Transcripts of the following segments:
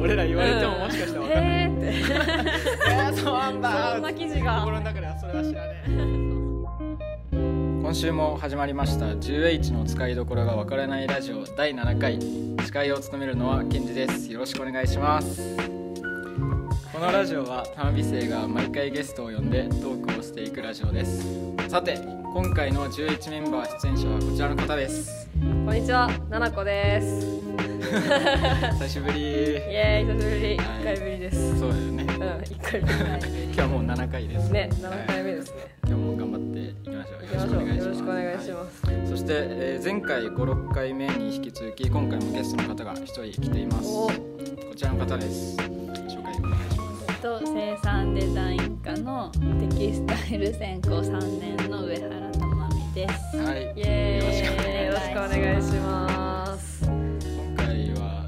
俺ら言われてももしかしたら分かんない、へ ーってえーそうなんだそんな記事が心の中ではそれは知らねえ今週も始まりました 10H の使いどころがわからないラジオ第7回司会を務めるのはケンジですよろしくお願いしますこのラジオは田辺生が毎回ゲストを呼んでトークをしていくラジオですさて今回の11メンバー出演者はこちらの方ですこんにちは、ななこです。久しぶりイエーイ、久しぶり、一はい回ぶりです。そうだよねうん、一回ぶ今日はもう7回ですり。ね、はい七回目ですね。今日も頑張っていきましょう行きましょう。よろしくお願いしはます。そして、えー前回56回目に引き続き今回もゲストの方が1人来ていますおこちらの方です紹介お願いしますと生産デザイン科のテキスタイル専攻3年の上原智美です。はいイエーイ、よよろろししくくおお願願いいしします。今回は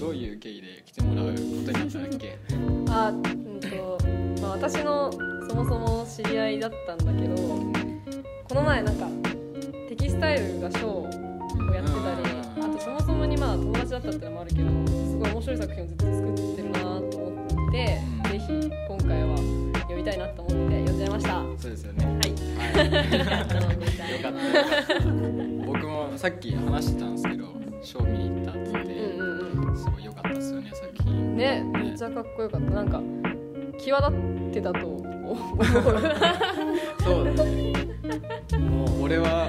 どういう経緯で来てもらうことになったんだっけあ、うんと、まあ私のそもそも知り合いだったんだけど、この前なんかテキスタイルがショーをやってたうり、んあとそもそもにまあ友達だったってのもあるけど、すごい面白い作品をずっと作ってるなと思って、ぜうんひ今回は呼びたいなと思って呼んじゃいました。はそうですよねい。 ありがとうございよかっます。た僕もさっき話してたんですけどショー見に行ったって言って、うんうんすごい良かったですよね作品うん。ね、めっちゃかっこよかった。なんか際立ってたと思う。そうだねもう俺は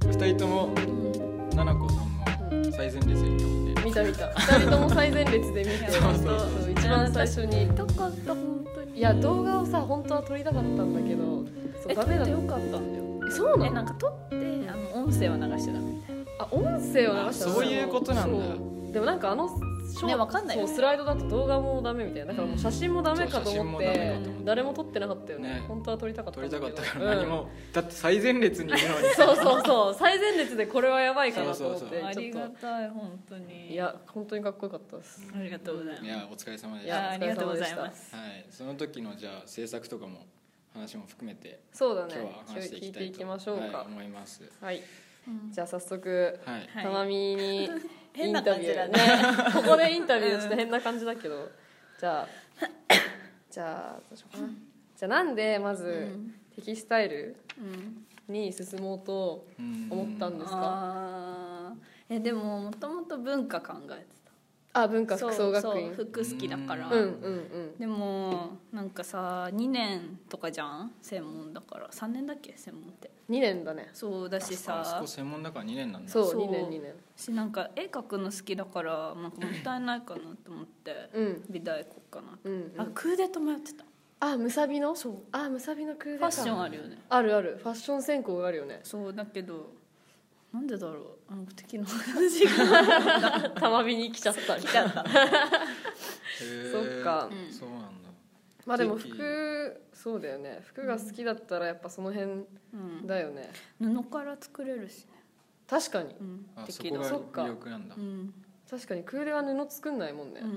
2人ともうん奈々子さんも最前列にいたもんね見た見た。二人とも最前列で見て、そうそうそうそう一番最初に。とかった本当に。いや動画をさ本当は撮りたかったんだけど、そうえダメだ撮っってた。よかったんだよ。そうえなのなん。か撮ってあの音声は流しちゃダメみたいな。あ音声を流したのそういうことなんだそうでもなんかあのショーねわかんないよねそうスライドだと動画もダメみたいなだからもう写真もダメかと思っそう写て真もダメかと思って誰も撮ってなかったよねね本当は撮りたかった撮んだりけたどかったから何も、だって最前列にいるのにうんそうそうそう最前列でこれはやばいかなと思ってそうそうそうありちょがっとたい本当に。いや本当にかっこよかったですありがとうございいまやお疲れ様す。でしいたやはあいりがとうございます。その時のじゃあ制作とかも話も含めてそうだ今日ねは話してい聞きいたていいときましょうかはい、思いますはい、うんじゃあ早速はいはいたまみにイ 変ンなタ感ビじュだーね。 ねここでインタビューして変な感じだけどじゃあじゃあどうしようかなじゃあなんでまうずんテキスタイルうん。に進もうとうん思ったんですかあーえでももともと文化考えてあ文た化服装学そう院そう服好きだから、うんうんうんでもなんかさ2年とかじゃん専門だから3年だっけ専門って2年だねそうだしあそさこ専門だから2年なんだそうそう2年2年しなんか絵描くの好きだからなんかもったいないかなと思ってうん美大行こうかな、うんうあんクーデと迷ってたあむさびのあむさびのクーデファッションあるあるよねあるあるファッション専攻があるよ ねそうだけどなんでだろうあの敵の話 がたまびに来ちゃった来ちゃったへーそっかうんそうなんだまあでも地域服そうだよね服が好きだったらやっぱその辺うんだよね布から作れるしね確かにうんあそ敵このがそっか魅力なんだうん確かにクーデは布作んないもんね、うんうー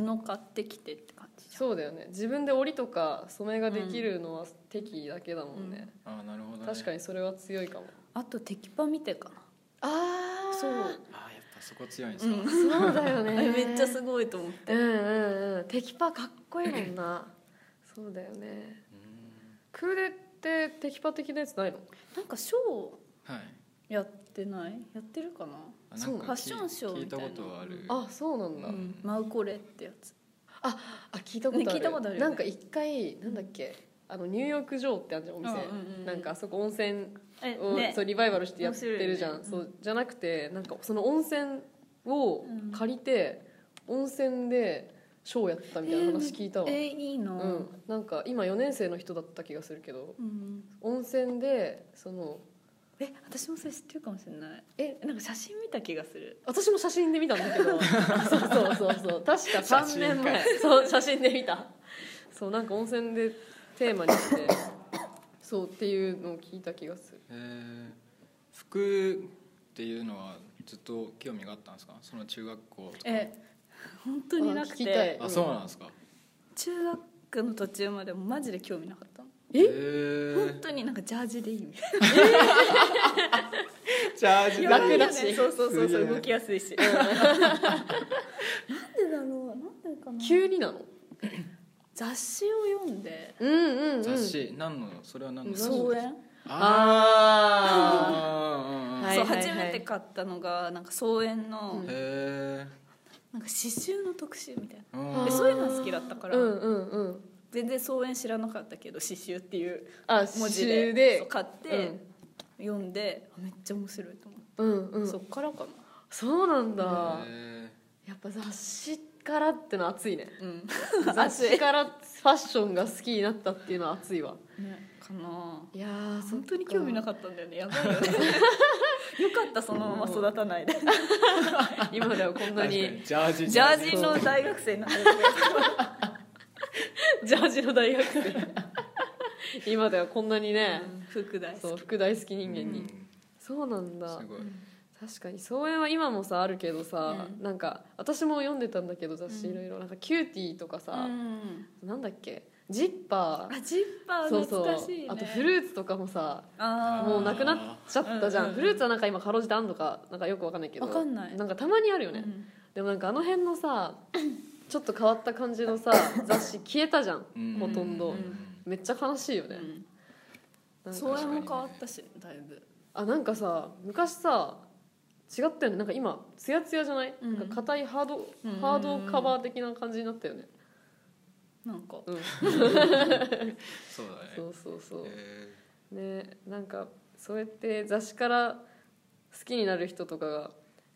うんん布買ってきてって感じじそうだよね自分で織りとか染めができるのは適宜だけだもんね、あなるほど、ね、確かにそれは強いかもゃんあとテキパ見てかなあーそうあやっぱそこ強いんですうか、んそうだよね あれめっちゃすごいと思ってうんうんうんテキパかっこいいもんなそうだよねうんクーデってテキパ的なやつないのなんかショはいーやってないやってるかなあそうなんかファッションショー聞いみたたいなことはあるあそうなんうだ、んマウコレってやつあ聞いたことある,、ね聞いたことあるよねなんか一回なんだっけあのニューヨーク城ってあるじゃんお店、うんうんうんなんかあそこ温泉えを、ねそうリバイバルしてやってるじゃん、面白いよねそうじゃなくてなんかその温泉をうん借りて、温泉でショーやったみたいな話聞いたわ、えいいのうん、なんか今4年生の人だった気がするけどうん温泉でそのえ私もそれ知ってるかもしれないえなんか写真見た気がする私も写真で見たんだけ どそうそうそうそう確か写3真年前かそう写真で見たそうなんか温泉でテーマにしてそうっていうのを聞いた気がするえー服っていうのはずっと興味があったんですかその中学校とかえ本当になくあ聞きたいてあそうなんですか中学の途中までもマジで興味なかったのえへ本ー当になんかジャージでいいみたいジャージな 楽だし そうそうそうすそげえう動きやすいしなんででだろうなんでかな急になの雑誌を読んでうんうんうん雑誌何のそれは何の雑誌荘園ああはいへそうはいはい初めて買ったのがなんか荘園のうんえなんか刺繍の特集みたいうんなあでーそういうの好きだったからうんうんうん全然荘園知らなかったけど刺繍っていうあ文刺字で繍でそう買って読んであめっちゃ面白いと思ってうんうんそっからかなそうなんだへやっぱ雑誌からってのは熱い ねうん雑誌からファッションが好きになったっていうのは熱いわねかないやー本当に興味なっかったんだよねやばいよねよかったそのまま育たないでた 今ではこんなーにジャー ジジャージの大学生なんですけどジャージの大学生今ではこんなにね、服大そう好き服大好き人う間に、んそうなんだすごい確かに荘園は今もさあるけどさ、うんなんか私も読んでたんだけど雑誌いろいろなんかキューティーとかさ、うんなんだっけジッパーあジッパーそうそ懐うかしいねあとフルーツとかもさあーもうなくなっちゃったじゃん、うんうんフルーツはなんか今かろうじてあんのかなんかよくわかんないけどわかんないなんかたまにあるよね、うんでもなんかあの辺の さちょっと変わった感じのさ雑誌消えたじゃんうんほとんど、うんめっちゃ悲しいよね、なんかそうやも変わったしだいぶあなんかさ昔さ違ったよねなんか今ツヤツヤじゃない、うんなんか硬いハードうんハードカバー的な感じになったよね、なんかうん、そそうだねうそうそうへねなんかそうやって雑誌から好きになる人とかが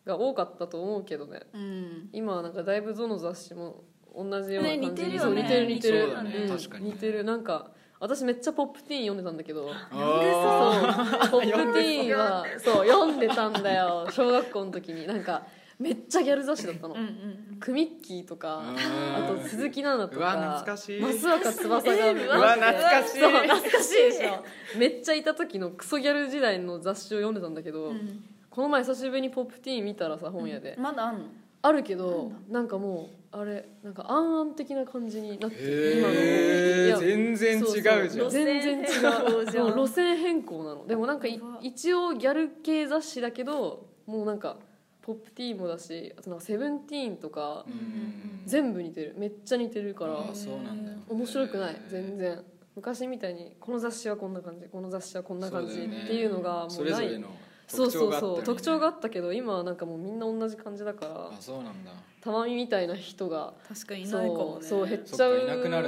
が多かったと思うけどねうん今はなんかだいぶどの雑誌も同じようなね感じ似てるよねそう似てる似てるそうだねん確かにね似てるなんか私めっちゃポップティーン読んでたんだけどーあそう ポップティーンはそう読んでたんだよ小学校の時になんかめっちゃギャル雑誌だったの、うんうんクミッキーとかああと鈴木奈々とうわ懐かかしい松岡翼がうわ懐かしいそう懐かしいでしょめっちゃいた時のクソギャル時代の雑誌を読んでたんだけど、うんこの前久しぶりにポップティーン見たらさ本屋で、まだあんのあるけどなんかもうあれなんかあんあん的な感じになってる今のいへやえ全然違うじゃんそうそう全然違路線変更じうゃんもう路線変更なのでもなんかいやば一応ギャル系雑誌だけどもうなんかポップティーンもだしあとなんかセブンティーンとかうん全部似てるめっちゃ似てるからあーそうなんだよ面白くない全然然昔みたいにこの雑誌はこんな感じこの雑誌はこんな感じそうだよねっていうのがもそうれなぞれいのそうそう特徴があったそようね特徴があったけど今はなんかもうみんな同じ感じだからあそうなんだたまみみたいな人が確かにいないかもそうそねう減っちゃ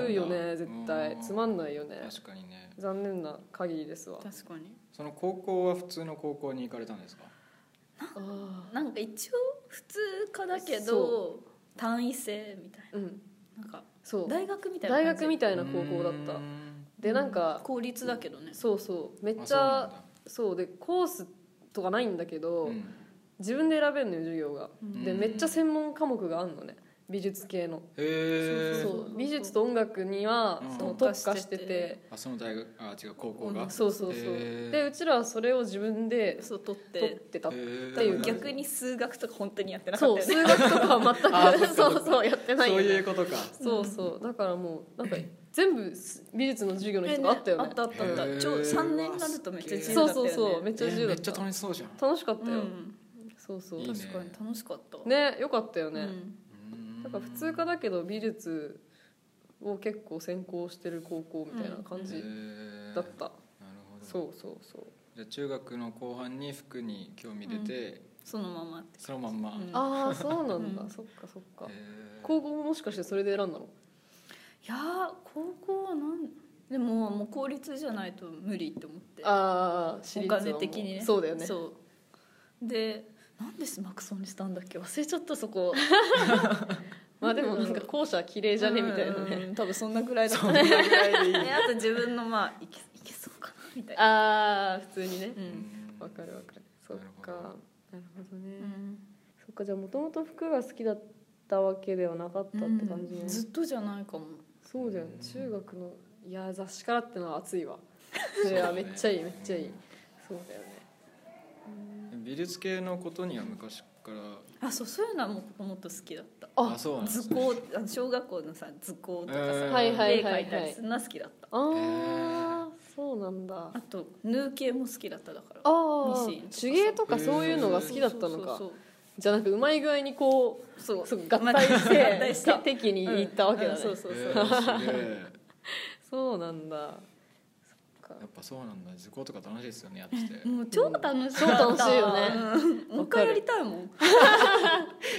うよね絶対うんつまんないよね確かにね残念な限りですわあ確かにその高校は普通の高校に行かれたんですかあなんか一応普通科だけどそ単位制みたいうんななんかそう大学みたいな大感じ学みたいな高校だったうんでなんか公立だけどねそうそうめっあちそうなんゃだそうでコースとかないんだけどうん自分で選べるのよ授業がうんでうんめっちゃ専門科目があんのね美術系のへえそそうそうう美術と音楽にはうんその特特化化しててしててあその大学あ違う高校うがんそうそうそうへーでうちらはそれを自分でそう取っ取っててたってっていう逆に数学とか本当にやってなかそっうたよね数学とかはあ全くそそうかうそうやってないよそうねいうことかそうそうだからもうなんか全部す美術の授業の日とかあったよあねったあったあっへたー超3年になるとめっちゃ自由だそうったよそうねそうめっえちゃ自由めだっっちゃた楽しそうじゃん楽しかったうよんそうそういいね確かに楽しかったわねよかったようねんうんだから普通科だけど美術を結構専攻してる高校みたいな感へじえだったなるほどそうそうそうじゃあ中学の後半に服に興味出て、そのままそのまんま、うんへああそうなんうんだそっかそっかえ高校ももしかしてそれで選んだのいやー高校はなんでももう公立じゃないと無理って思ってああ私お立はも金的にねそうだよねそうでなんでスマクソにしたんだっけ忘れちゃったそこまあでもなんか校舎綺麗じゃねみたいなねうん多分そんなぐらいだったそねんなぐら いでいいあと自分のまあいけいけそうかなみたいなああ普通にねうんわかるわかるそっかなるなほどるほどね、うんそっかじゃあもともと服が好きだったわけではなかったって感じね、ずっとじゃないかもそうだよね中学のいや雑誌からってのは熱いわそれはめっちゃいいめっちゃいいそうだよねうん美術系のことには昔からあそうそういうのはもともと好きだったあそうなんです図ね工あの小学校のさ図工とかさうんはいはい絵は描いいたはりいすんな好きだったあへあそうなんだあと縫う系も好きだっただからああミシンとかさ手芸とかそういうのが好きだったのそうかそうじゃなくうまい具合にこうそそう合体しまあ合体してた適に行ったわけだね、うんそうそうえそう、ーすげえそうなんだそっやかっぱそうなんだ図工とか楽しいですよねやっててもう超楽し超楽しいよねうんもう一回やりたいもんい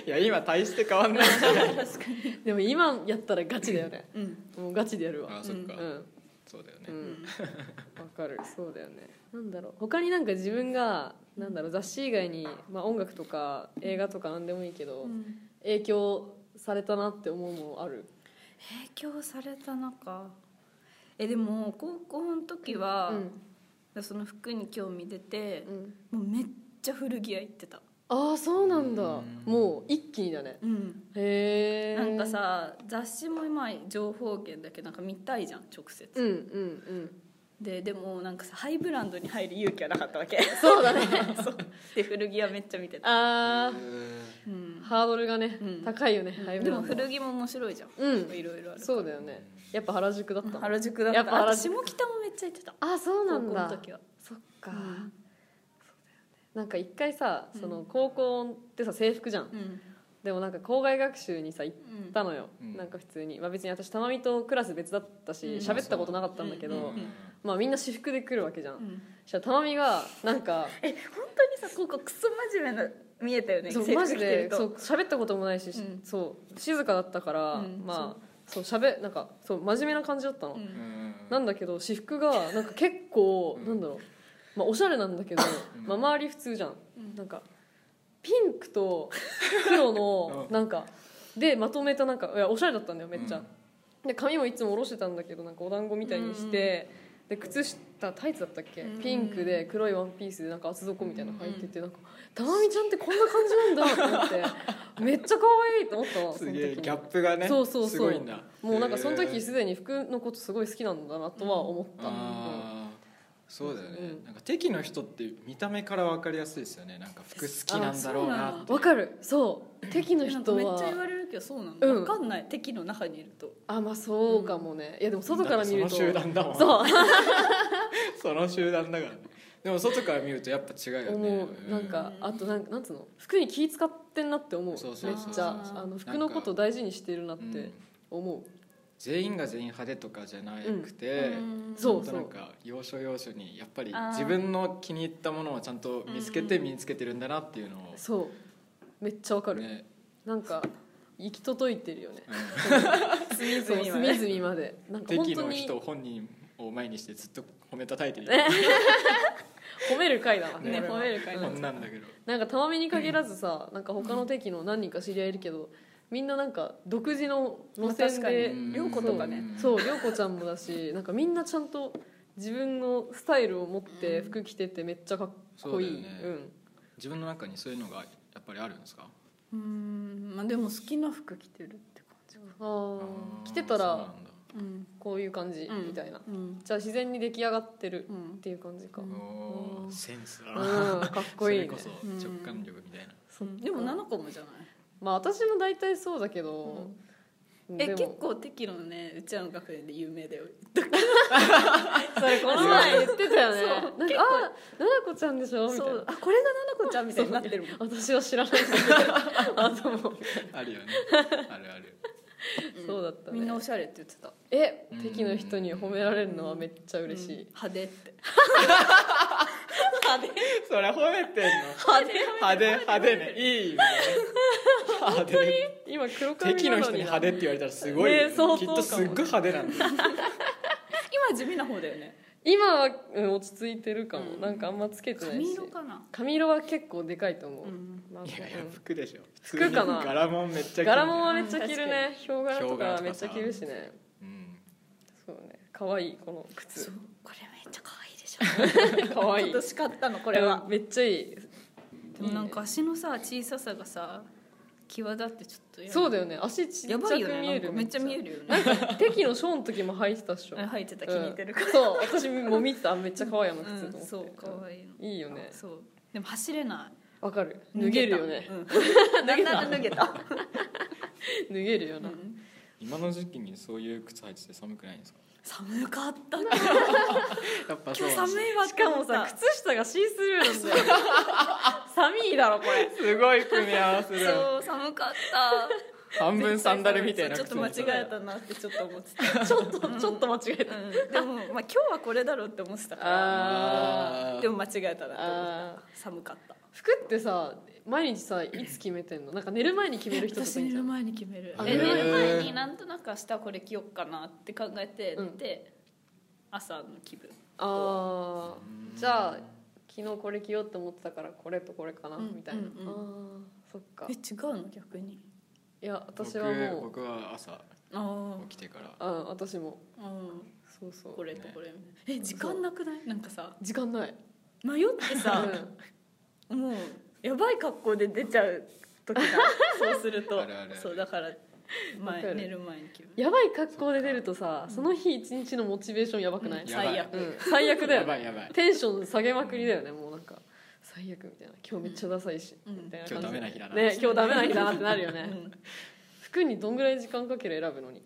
や今大して変わんないし確かにでも今やったらガチだよねうんもうガチでやるわあそっか、うんそうだよね、ううんんわかるそうだよねなんだろう他になんか自分がなんだろう雑誌以外に、まあ、音楽とか映画とか何でもいいけど、うん影響されたなって思うものある影響された中えでも高校の時は、うんその服に興味出てう、ん、もうめっちゃ古着屋行ってたああそうなんだ、うんもう一気にだねうんへえなんかさ雑誌も今情報源だけどなんか見たいじゃん直接、うんうんうんででもなんかさハイブランドに入る勇気はなかったわけそうだね そうで古着屋めっちゃ見てた、あえーーうんハードルがね、うん高いよねハイブでラもンドは古着も面白いじゃん、うんいろいろあるそうだよねやっぱ原宿だったの原宿だったやっぱ原宿あと下北もめっちゃ行ってたあそうなん高だ校の時はそっか、うんなんか一回さうんその高校ってさ制服じゃん、うんでもなんか校外学習にさ行っうんたのよ、うんなんか普通に、まあ、別に私たまみとクラス別だったしうん喋ったことなかったんだけど、うんうんまあみんな私服で来るわけじゃん、うんそしたらたまみがなんかえ本当にさここクソ真面目な見えたよねそう制服マジ着てでるとそう喋ったこともないし、うんそう静かだったから、うんまあそう喋なんかそう真面目な感じだったの、うんなんだけど私服がなんか結構、うんなんだろう、まあ、おしゃれなんだけど、うんまあ、周り普通じゃん、うんなんかピンクと黒のうんなんかでまとめたなんかいやおしゃれだったんだよめっちゃ、うんで髪もいつも下ろしてたんだけどなんかお団子みたいにして、で靴下タイツだったっけ、うんピンクで黒いワンピースでなんか厚底みたいなの履いてて、なんかたまみちゃんってこんな感じなんだと思 ってめっちゃ可愛いと思ったわそすの時げえにギャップがねそうそうそうすごいんだもうなんかそのへ時ーすでに服のことすごい好きなんだなとは思った、うんあーそうだよね、うんなんか敵の人って見た目から分かりやすいですよねなんか服好きなんだろうなってわかるそう敵のなん人かはめっちゃ言われるけどそうなの、うん分かんない敵の中にいるとあまあそうかもね、いやでも外から見るとその集団だもんそうその集団だからねでも外から見るとやっぱ違うよね思ううなんかあとなんなんつうの服に気使ってんなって思うそうそうそうそうめっちゃあの服のこと大事にしてるなっうんて思う、全員が全員派手とかじゃなくて、うんそうちゃんとなんか要所要所にやっぱりあー自分の気に入ったものをちゃんと見つけてうん身につけてるんだなっていうのを、そうめっちゃわかる、ねなんか行き届いてるよねうん隅そう々まで隅々までなんか本敵当のに人本人を前にしてずっと褒めたたいてる、褒める回だな、ねこれは褒める回こんなんだ けどなんかたまみに限らずさ、なんか他の敵の何人か知り合いいるけどみんななんか独自の路線まあで確かに涼子子ととかかねねそう涼子ちゃんもだしなんかみんなちゃんと自分のスタイルを持って服着ててめっちゃかっこいい、うそうだよねん、自分の中にそういうのがやっぱりあるんですかうんまあでも好きな服着てるって感じかああーー着てたそうならんだうんこういう感じみたいな、うんじゃあ自然に出来上がってるうんっていう感じか、ううんんおうーんセンスだなかっこいいねそれこそ直感力みたいな、そっかでも七子もじゃないまあ私も大体そうだけど、えでも結構敵のねうちらの学園で有名だよそれこの前言ってたよねそうなんか「あ奈々子ちゃんでしょ」みたいそなうあこれが七子ちゃんみたいになってるもん私は 知らないんだけどあとも、あるよねあるあるんそうだったねみんなおしゃれって言ってたえうん敵の人に褒められるのはめっちゃ嬉しい、うん派手 ってそれ褒めてんの派手 派手派手ねいい意味でね派手今黒髪敵のな人のにに派な手って言われたらすごいよ、ねそうそきっうかもとすっごい派手なんだよ今地味な方だよね今は、うん、落ち着いてるかも、うんなんかあんまつけてない髪し色かな髪色は結構でかいと思う、うんなんかいやいやうん服でしょ服かな普通に柄もんめっちゃ着る柄もはめっちゃ着るうねヒョウ柄とヒョウ柄とかかめっちゃ着るしねうんそうね可愛いこの 靴これめっちゃ可愛いでしょ可愛いちょっと叱ったのここれれははめっちゃいいでもなんか足のさ小ささがさ際立ってちょっとやそうだよね足ちっちゃやくばいよ見ねえなんるかめっちゃ見えるるよね敵のショーの時も履いてたっしょ入ってた気に入ってるかうんそう私も見てためっちゃ可愛いあのら、靴と思って、うんそう可愛いのいいよねそうでも走れなわかるい脱げるよね 脱げたうんだんだん脱げた脱げるような、ん今の時期にそういう靴履いてて寒くないんですか寒かった今やっぱそう日寒いわしかもさ靴下がシースルーなんだよ 寒いだろこれすごい組み合わせだそう寒かった半分サンダルみたいなちょっと間違えたたなってちょっと思ってた、ちょっとちょっと間違えた、うん、でも、まあ、今日はこれだろうって思ってたからあーでも間違えたあなって思ーった寒かった服ってさ毎日さいつ決めてんのなんか寝る前に決める人とか私いる寝じゃるん前に決めるあえ寝へーる前になんとなく明日これ着よっかなって考えてうんで朝の気分あーじゃあ昨日これ着ようって思ってたからこれとこれかな、うんみたいな、うんうんあーそっかえ違うの逆にいや私はもう僕僕は朝あ起きてからうん私もあうんそうそうこれとこれみたいなえ時間なくないなんかさ時間ない迷ってさうんもうやばい格好で出ちゃう時がそうするとあるあるそうだからわか前る寝る前に気分やばい格好で出るとさその日一日のモチベーションやばくない、うんうやんばい最悪最悪だやよばねいやばいテンション下げまくりだよねもうなんか最悪みたいな今日めっちゃダサいし、うんみたいな今感日じダメな日だなね今日ダメな日だなってなるようねん服にどんぐらい時間かける選ぶのに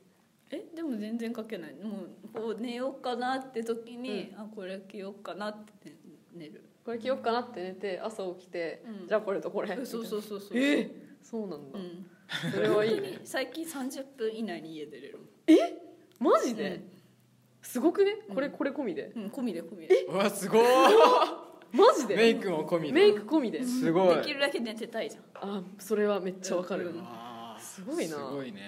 えでも全然かけないもうこう寝ようかなって時に、あこれ着ようかなって寝るこれ着よっかなって寝て朝起きて、うんじゃあこれとこれそうそううそうそうえーそうなんうだ、んそれはい いね最近30分以内に家出れるもんマジで、すごくねうんこれこれ込みでうん、込みで込みでうわすごいマジでメイクも込みメイク込みで、すごいできるだけ寝てたいじゃんあそれはめっちゃわかる、うんあーすごいなすごいね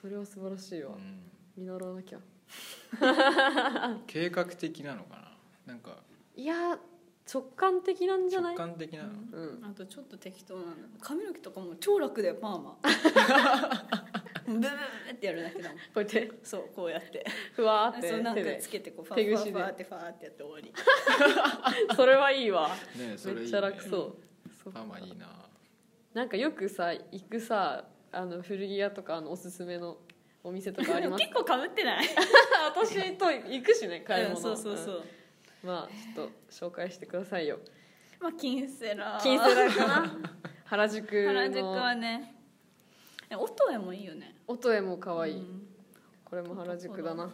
それは素晴らしいわ、うん見習わなきゃ計画的なのかななんかいや直感的なんじゃな直い感的なのうんあとちょっと適当なんだ髪の毛とかも超楽だよパーマブブブブってやるだけだもんこうやってそうこうやってふわーってそうなんか手でつけてこうファ手ーぐフしァでーファーってファーってやって終わりそれはいいわねそれいいめねっちゃ楽そう、そっかパーマいいななんかよくさ行くさあの古着屋とかあのおすすめのお店とかありでまもす結構かぶってない 私と行くしね買い物、うんそうそうそう、うんまあちょっと紹介してくださいよまあ金セラ金セラかな原宿の 原宿 はねえ音へもいいよね音絵も可愛い、うんこれも原宿だな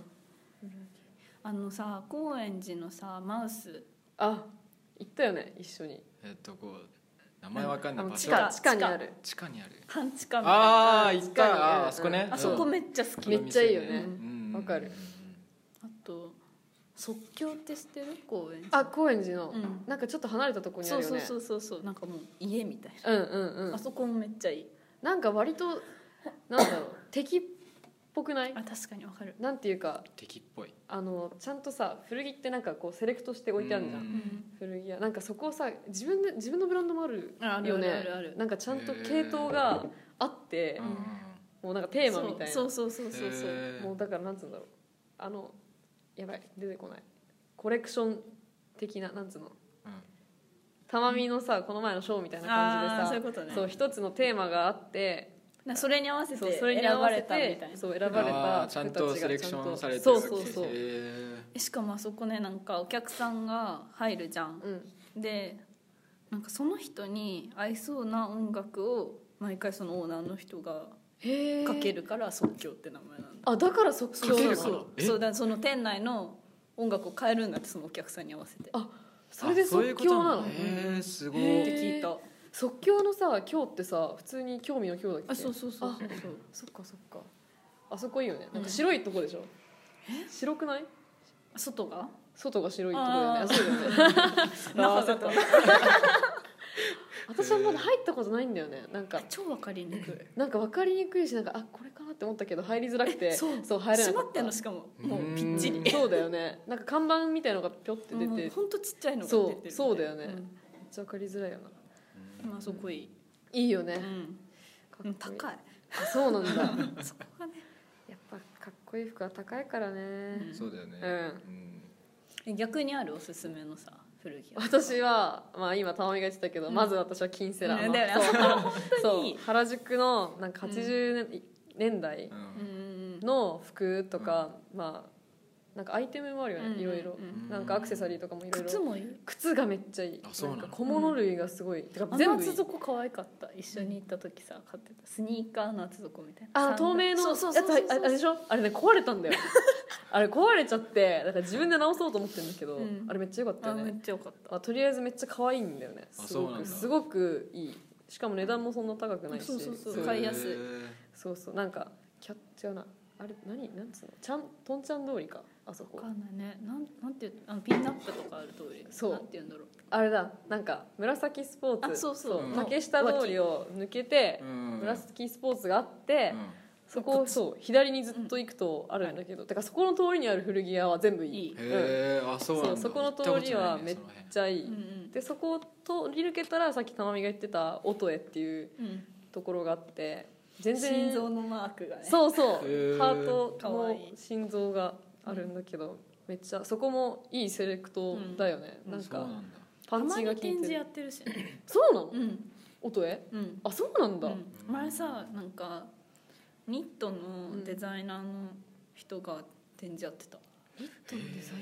あのさ高円寺のさマウスあ行ったよね一緒にえっとこう名前わかあんないの場地所下が地下にある地下にある半地下みたいなああうん行った地下にあるあーあそこねうんあそこめっちゃ好き、めっちゃいいよねうんわかるあと即興って知ってる高円寺あ高円寺の、うんなんかちょっと離れたとこにあそるうよそうねそううそうそうなんかもう家みたいんうんな、うあんそこもめっちゃいいなんか割となんだろう敵っぽくないあ確かにわかるなんていうか敵っぽいあのちゃんとさ古着ってなんかこうセレクトして置いてあるじゃん、う古着屋なんかそこをさ自分で自分のブランドもあるああるよあねるあるあるなんかちゃんと系統があって、うんもうなんかテーマみたいなそうそうそうそうそうそうへーもうだからなんつうんだろうあのやばい出てこないコレクション的ななんつうのうんたまみのさこの前のショーみたいなああ感ーそういじうでさことねそう一つのテーマがあってなそれに合わせそうてそれ選に合わばせれたみたいてなそう選ばれたあーちゃん服とたちセがレクちゃシんとョンされてるそうそうそうへーえしかもあそこねなんかお客さんが入るじゃんうんでなんかその人に合いそうな音楽を毎回そのオーナーの人がへえかけるから即興って名前なんだあだから即そう興けそなのるかうそらうえそうだその店内の音楽を変えるんだってそのお客さんに合わせてあそれで即興なあのそういうことのへーすごいへって聞いた即興のさ今日ってさ普通に興味の今日だっけあそうそうそうそうそっかそっかあそこいいよねなんか白いとこでしょ、白くない外が外が白いとこだよねあーあそうだよ ね那覇だと私はまだ入ったことないんだよねなんか 超わかりにくいなんか分かりにくいしなんかあこれかなって思ったけど入りづらくてえそう入れなか閉まったってんのしかもうもーんうぴっちりそうだよねなんか看板みたいのがぴょって出てもめうっほんとちっちゃいのが出てるそうそうだよねんちゃ分かりづらいよなまあそこいいいいようねんかっこういんい高いあそうなんだ そこがねやっぱかっこいい服は高いからね、うんそうだよねうんんえ逆にあるおすすめのさ古着屋私は、まあ、今たまみが言ってたけど、うんまず私は金セラうんの、だよねそう当にそう原宿のなんか80年代うんうんの服とか、まあなんかアイテムもあるよ ね、いろいろう、んんなんかアクセサリーとかもいろいろ靴もいい靴がめっちゃいいあそうなんだか小物類がすごい、てかあ全の部いい厚底可愛かった一緒に行った時さ買ってたスニーカーの厚底みたいなあ透明のそやうつそうあそうそうああれでしょあれね壊れた んだよあれ壊れちゃってだから自分で直そうと思ってるんだけど、うんあれめっちゃ良かったあよめっねちゃ良かったあとりあえずめっちゃ可愛いんだよねあすごそうなくんだすごくいいしかも値段もそんな高くないしそうそうそうすご買いやすいへーそうそうなんかキャ違うなあれ何なんつうのちゃんとんちゃん通りかあそこわかんないねなんなんていうあのピンナップとかある通りそうなんていうんだろうあれだなんか紫スポーあツそうそううんの竹下通り脇を抜けてうん紫スポーツがあって、うんそこをそう左にずっと行くとあるんだけど、だからそこの通りにある古着屋は全部いいいいへえあそうなんそだうそこの通りはめっちゃいい、うんうんでそこを通り抜けたらさっき玉美が言ってた音へっていううんところがあって全然心臓のマークがねそうそう、へーハートかわのいい心臓があるんだけど、めっちゃそこもいいセレクトだよね、うんなんそうかなんだパンチが効いたまに展て示やるってるしねそうなの、うん音へうんあそうなんだ、うん前さなんかニットのデザイナーの人が展示やってた、ニットのデザイ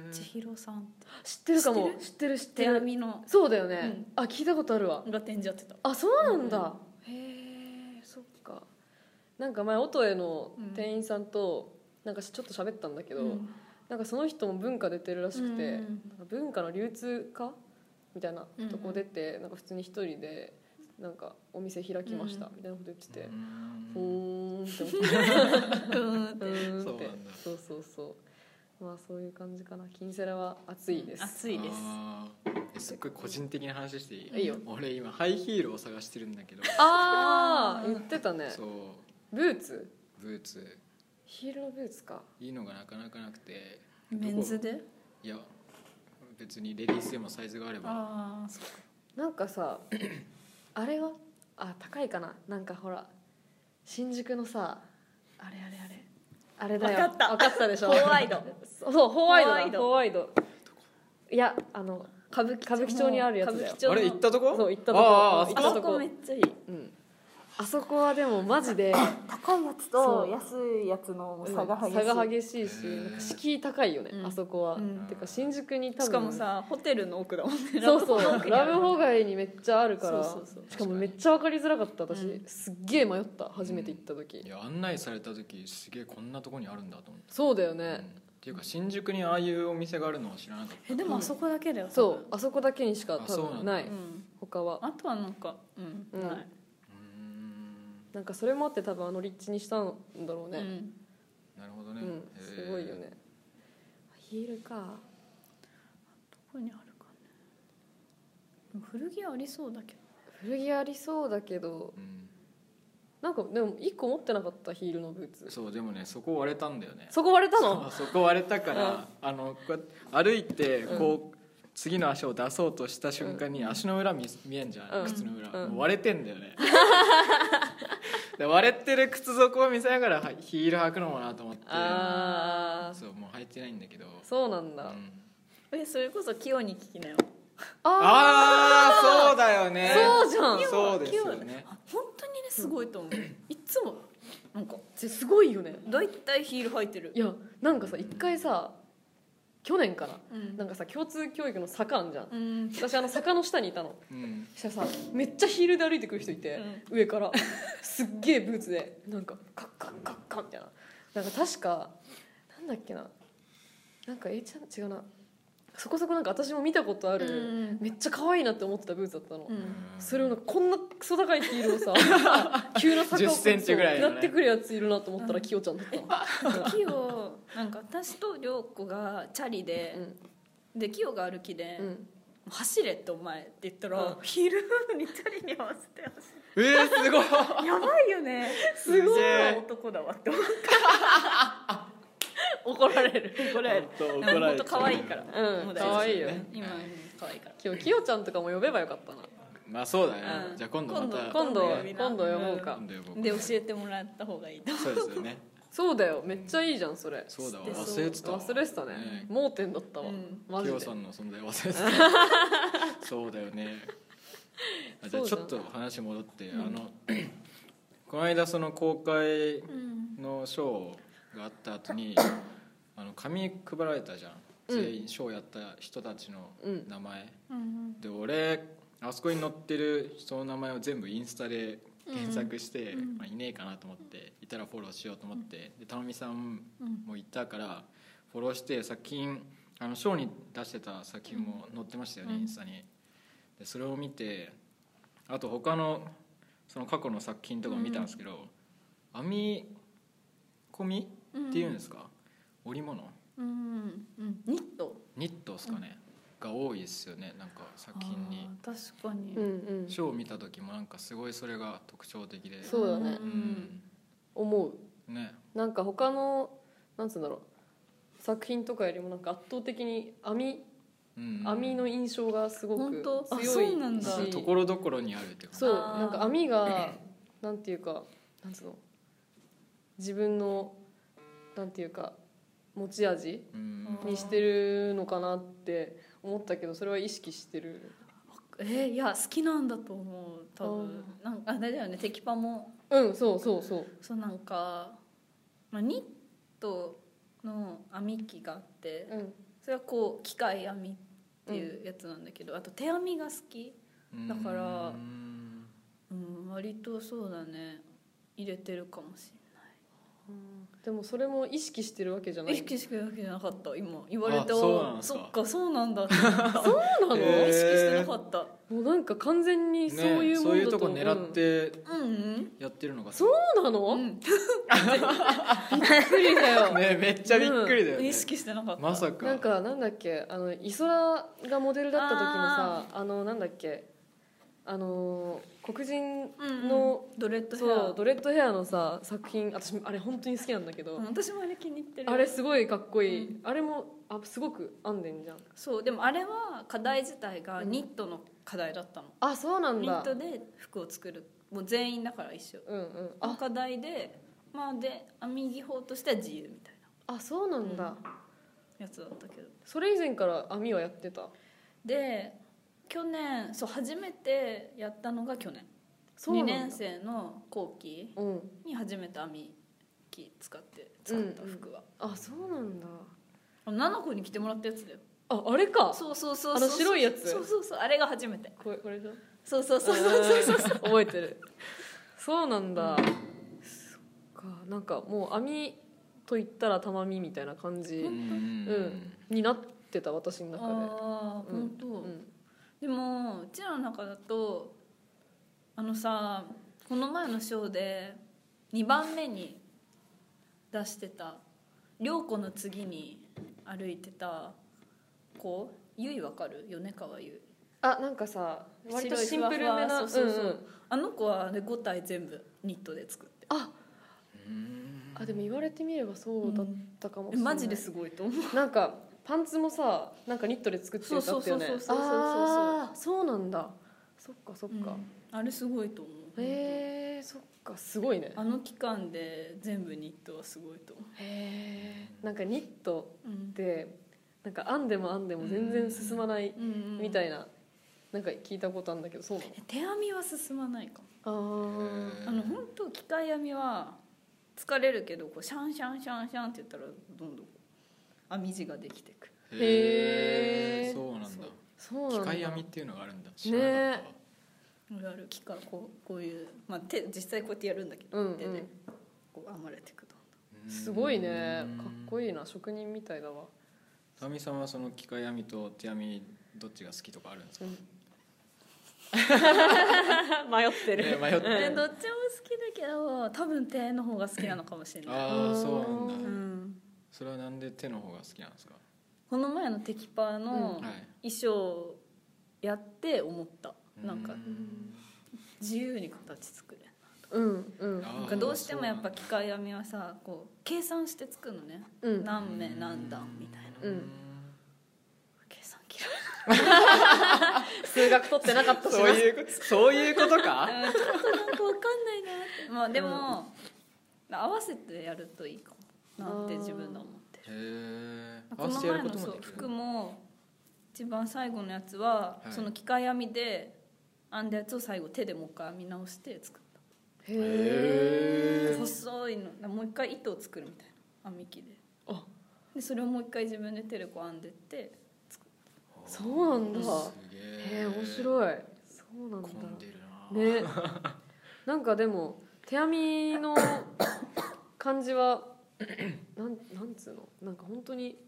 ナー千尋さんって知ってるかも知知ってる知って手る編みのそうだよねう、あ聞いたことあるわが展示やってたあそうなんだ、へえそっかなんか前音への店員さんとなんかちょっと喋ったんだけけど、なんかその人も文化出てるらしくて、なんか文化の流通化みたいなとこ出て、なんか普通に一人でなんかお店開きましたうんみたいなこと言っててう、んふーんって思ってうんふーんっそうてなんだそうそうそうまあそういう感じかな金セラは暑いです、暑いですあーえすっごい個人的な話していいいいよ俺今ハイヒールを探してるんだけどああうん言ってたねそうブーツブーツヒールのブーツかいいのがなかなかなくてメンズでいや別にレディースでもサイズがあればああそっかなんかさあれはあ高いかななんかほら新宿のさあれあれあれあれだよわかったわかったでしょホワイトそうホワイドホワイだドホワイドいやあの歌舞伎歌舞伎町にあるやつだよ歌舞伎町のあれ行ったとこそう行ったとこ行あーあそっこたあとそこめっちゃいいうんあそこはでもマジで高いやつと安いやつのうん差が激しいしへーなんか敷居高いよね、うんあそこは、うんてか新宿に多分しかもさホテルの奥だもんねそうそうラブホホ街にめっちゃあるからそうそうそうしかもめっちゃ分かりづらかった私、うんすっげえ迷った初めて行った時、いや案内された時すげえこんなとこにあるんだと思って、そうだようん、っね、ていうか新宿にああいうお店があるのは知らなかったえでもあそこだけだよそうあそこだけにしかあ多そうなん分だな多い分うん他はあとはなんかうんうんないーうんなんかそれもあって多分あの立地にしたんだろううねんなるほどうね、ん、へーすごいよねヒールかどこにあるかねでも古着ありそうだけど古着ありそうだけどうんなんかでも一個持ってなかったヒールのブーツそうでもねそこ割れたんだよねそこ割れたのそうそこ割れたから、あのこうやって歩いてうんこう、次の足を出そうとした瞬間に足の裏見見えんじゃん、うん靴の裏、うんもう割れてんだよねで割れてる靴底を見せながらはヒール履くのもなと思ってああそうもう履いてないんだけどそうなんうだ、んえそれこそキヨに聞きなよあああそうだよねそうじゃんいやそうですよねあ本当にねすごいと思う いつもなんかあすごいよね大体ヒール履いてるいやなんかさ一回さ去年かなうんなんかさ共通教育の坂あんじゃんうん私あの坂の下にいたのうんそしたらさめっちゃヒールで歩いてくる人いて、上からすっげえブーツでなんかカッカッカッカッみたいななんか確かなんだっけななんか A ちゃん違うなそこそこなんか私も見たことあうる、んめっちゃ可愛いなって思ってたブーツだったの、うんそれをなんかこんなクソ高いヒールを さ急な坂を10センチぐらいのねなってくるやついるなと思ったら、うんキヨちゃんだったの、キヨなんか私と涼子がチャリでうんでキヨが歩きでうん、 「走れ」ってお前って言ったらうヒールにチャリに合わせて走るえー、すごいやばいよねすごい男だわって思っ 怒られるてこれ本でも本ちゃ当う可愛いからうんもう大可好き愛いよそうですよね今可愛いから今日キヨちゃんとかも呼べばよかったなまあそうだね、うんじゃあ今度また今度今度今度呼ぼうか、今度呼ぼうかで教えてもらった方がいいとそうですよねそうだよめっちゃいいじゃんそれそうだわ知ってそう忘れてたわ忘れてたね盲点だったわ、うんマジキでヨさんの存在忘れて たそうだよねあじゃそあうちだょっと話戻って、あの この間その公開のショーがあった後にあの紙配られたじゃんうん全員ショーやった人たちのうん名前、で俺あそこに載ってる人の名前を全部インスタで検索して、うんまあ、いねえかなと思っていたらフォローしようと思ってでたまみさんもいたからフォローして作品あのショーに出してた作品も載ってましたよね、うんインスタにでそれを見てあと他のその過去の作品とかも見たんですけど、編み込みっていうんですか、織物うんうんニットニットですかね、が多いですよねなんか作品に。あー確かにうんうんショーを見た時もなんかすごいそれが特徴的でそうだねううんん、思うねなんか他のなんつうんだろう作品とかよりもなんか圧倒的に網うん網の印象がすごく本当あ強いそうなんだしところどころにあるって感じそうあーなんか網がなんていうかなんつうの自分のなんていうか持ち味うんにしてるのかなって思ったけどそれは意識してるえーいや好きなんだと思う多分なんかあれだよねテキパもうんそうそうそうそうなんか、まあ、ニットの編み機があってうんそれはこう機械編みっていうやつなんだけど、あと手編みが好き、だからうんうん、割とそうだね入れてるかもしでもそれも意識してるわけじゃれなないい意 識してるわけじゃなかった今言われてあそうなんですかそっかそうなんだそうそうなの、え意識してなかった、もうなんか完全にそういねうもそのだと、ういうとこ狙ってうんやってるのがそうんそうなの、うんうんびっくりだ よ、ねめっちゃびっくりだよね意識してなかったまさかなんかなんだっけあのイソラがモデルだった時のさあのなんだっけあのー黒人のの、ドレッドヘアそうドレッドヘアのさ作品私あれ本当に好きなんだけど、うん私もあれ気に入ってるあれすごいかっこいい、あれもあすごく編んでんじゃんそうでもあれは課題自体がニットの課題だったの、あそうなんニッだトで服を作るもう全員だから一緒うんうんあ課題でまあで編み技法としては自由みたいあそうなんだ、うんなやつだったけどそれ以前から編みはやってたで去年そう初めてやったのが去年そうな2んだ年生の後期うんに初めて編み機使って使った服は、あそうなんだ女の子に着てもらったやつだよああれかそうそうそうそうあの白いやつそうそうそうあれが初めてこれこれでしょそうそうそうそうそうそう覚えて るそうなんだ、そっかなんかもう網と言ったら玉みみたいな感うじんになってた私の中ああうん本当、で、うん、でもうちらの中だとあのさこの前のショーで2番目に出してた涼子の次に歩いてた子ゆいわかる米川ゆいあなんかさ割とシンプルめな白いふわふわそうそうそうんんあの子は、ね、5体全部ニットで作ってあうんあでも言われてみればそうだったかもえマジですすごいと思うなんかパンツもさなんかニットで作ってるってあったよねそうそうそうそうそうそうあーそうなんだそっかそっか、うんあれすごいと思うへえそっかすごいねあの期間で全部ニットはすごいと思う、へえんかニットうんでなんか編んでも編んでも全然進まないうんうんみたいななんか聞いたことあるんだけどそうなえ手編みは進まないかものへーあの本当機械編みは疲れるけどこうシャンシャンシャンシャンって言ったらどんどん編み地ができてくへへーえそうなんだそう機なんだ械編みっていうのがあるんだ知らなかったわるある機械こうこういう、まあ、手実際こうやってやるんだけど、うんうん手でこう編まれてくとうんすごいねかっこいいいいな職人みたいだわ、たまみさんはその機械編みと手編みどっちが好きとかあるんですかうん 迷ってね迷ってえ るうんどっちも好きだけど多分手の方が好きなのかもしれない、ああそうなあーんだうん、それはなんで手の方が好きなんですか、この前のテキパーうのは衣い装やって思ったなんかう自由に形作れうんうんあーなんかどうしてもやっぱそ機械編みはさこう計算して作るのねうん何名何段みたいなううなんんだ計算嫌い数学取ってなかったしそうないうことそういうことか うんちょっとなんかわかんないなってまあでも、合わせてやるといいかもなって自分で思ってへえるこの前のそう服も一番最後のやつは、はいその機械編みで編んだやつを最後手でもう一回編み直してへ作ったへええ細いのもう一回糸を作るみたいな編み機であでそれをもう一回自分でテレコ編んでってそうなんだすげえへえ面白いそうなんだ混んでるな、ねなんかでも手編みの感じはなんなんつうのなんか本当に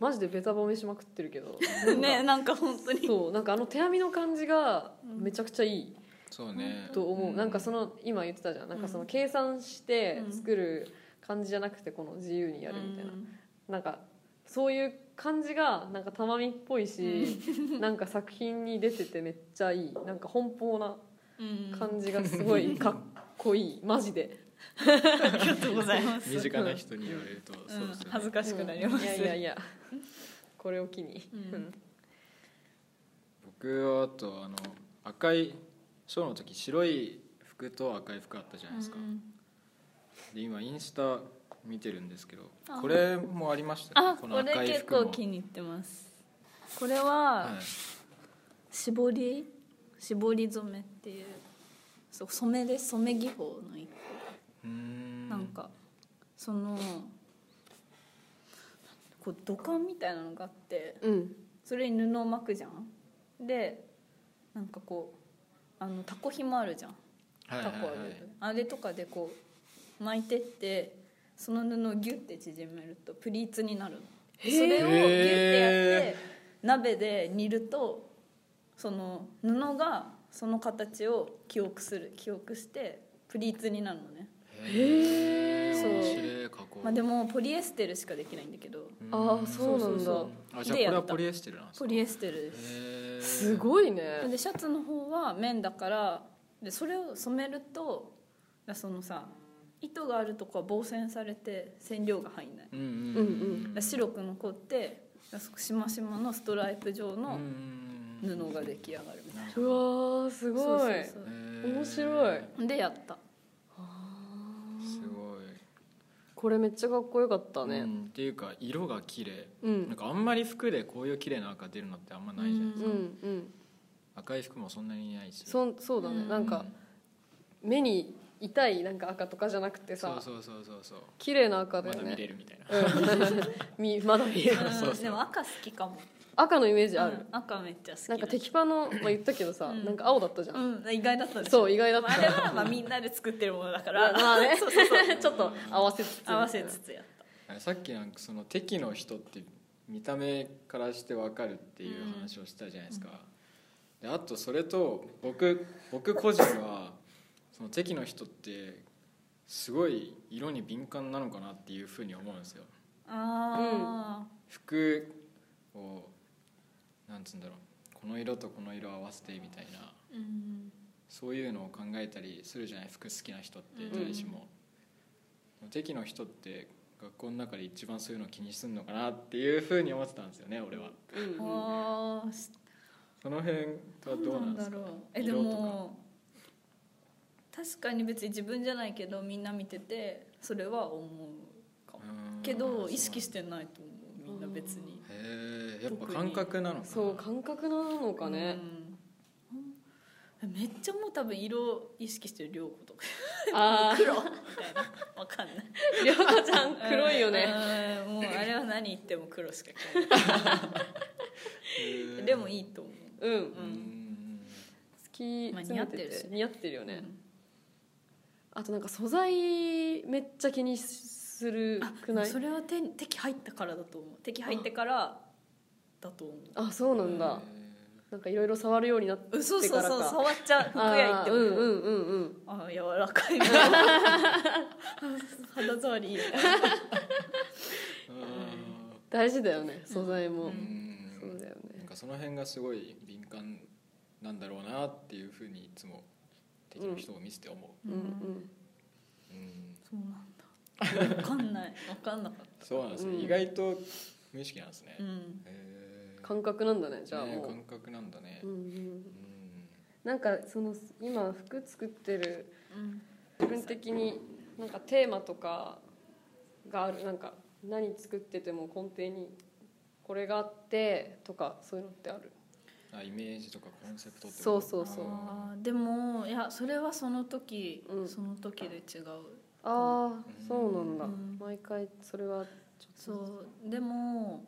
マジでベタ褒めしまくってるけどねなんか本当にそうなんかあの手編みの感じがうんめちゃくちゃいいそうねと思う、なんかその今言ってたじゃんなんかその計算して作る感じじゃなくてこの自由にやるみたいな、うんなんかそういう感じがなんかたまみっぽいし、なんか作品に出ててめっちゃいいなんか奔放なうん感じがすごいかっこいいマジでありがとうございます身近な人に言われると、うんそうですよね恥ずかしくなります、いやいやいやこれを機に、うんうん僕はあとあの赤いショーの時白い服と赤い服あったじゃないですか、うんで今インスタ見てるんですけどあこれもありましたあねこのれ結構気に入ってますこれは、はい絞り絞り染めっていうそう染めです染め技法の一個うーんなんかそのこう土管みたいなのがあってうんそれに布を巻くじゃんでなんかこうあのタコ紐あるじゃんはいタはいコはあいる、あれとかでこう巻いてってその布をギュッて縮めるとプリーツになるのそへーれをギュッてやってへ鍋で煮るとその布がその形を記憶する記憶してプリーツになるのね、へえそう面白い加工まあ、でもポリエステルしかできないんだけどうんああそうなそうんだそうそあじゃあこでれやはったポリエステルなんですかポリエステルですへえすごいねでシャツの方は綿だからでそれを染めるとそのさ糸があるとこは防染されて染料が入んないうんうんうんだ白く残ってしましまのストライプ状うんのうんうん布が出来上がるみたいな、うわーすごいそうそうへそえ面白いうでやったあーすごいこれめっちゃかっこよかったうねんっていうか色が綺麗うん、うなんんかあんまり服でこういう綺麗な赤出るのってあんまないじゃないですうんか、うん赤い服もそんなにないしそんそうだね、うんなんか目に痛いなんか赤とかじゃなくてそうさそうそうそうそう綺麗な赤まだよだ見れねるみたいな、うん みまだ見れる そうそううんでも赤好きかも赤のイメージある、うん赤めっちゃ好きなんかテキパの、まあ、言ったけどさ、うんなんか青だったじゃん、うん意外だったでしょそう意外だっまあたあれはまあみんなで作ってるものだからまあね そうそうそ うちょっと合わせつつ合わせつつやったあれさっきなんかその敵の人って見た目からしてわかるっていう話をしたじゃないですか、であとそれと僕僕個人はその敵の人ってすごい色に敏感なのかなっていうふうに思うんですよあ服をなんつうんだろうこの色とこの色合わせてみたいなーうんそういうのを考えたりするじゃない服好きな人ってうん誰しも、敵の人って学校の中で一番そういうの気にするのかなっていうふうに思ってたんですよね俺はうんうんあーその辺はどうなんですかうえで色とかも確かに別に自分じゃないけどみんな見ててそれは思うかもうんけそうなんどだ意識してないと思うみんな別にへえやっぱ感覚なのかなそう感覚なのかね、うんめっちゃもう多分色意識してる涼子とかああ黒みたいなわかんない 涼子ちゃん 黒いよねうんもうあれは何言っても黒しか着ないへえでもいいと思ううん、う好んうんきま詰めあてて似合ってるし似合ってるよね、あとなんか素材めっちゃ気にするくうんないそれは手に敵入ったからだと思う敵入ってからだと思うあそうなんだ、なんかいろいろ触るようになってうんそうそうからそうか触っちゃう服屋行あっーてうんも、うんうんうんあ柔らかいな 肌触りいいなへえ大事だよね素材も、うんうんそうだよなねんかその辺がすごい敏感なんだろうなっていうふうにいつも敵の人を見せて思うう、んうんうんそうなんだわかんないわかんなかったそうなんですね、うん意外と無意識なんですね、うへんえ感覚なんだねじゃあねもう、感覚なんだね、ううんんうん、なんかその今服作ってるうん自分的になんかテーマとかがあるなんか何作ってても根底にこれがあってとかそういうのってあるあイメージとかコンセプトってそうそうそうあーでもいやそれはその時、うんその時で違うああ、うんそうなんだ、うん毎回それはそうでも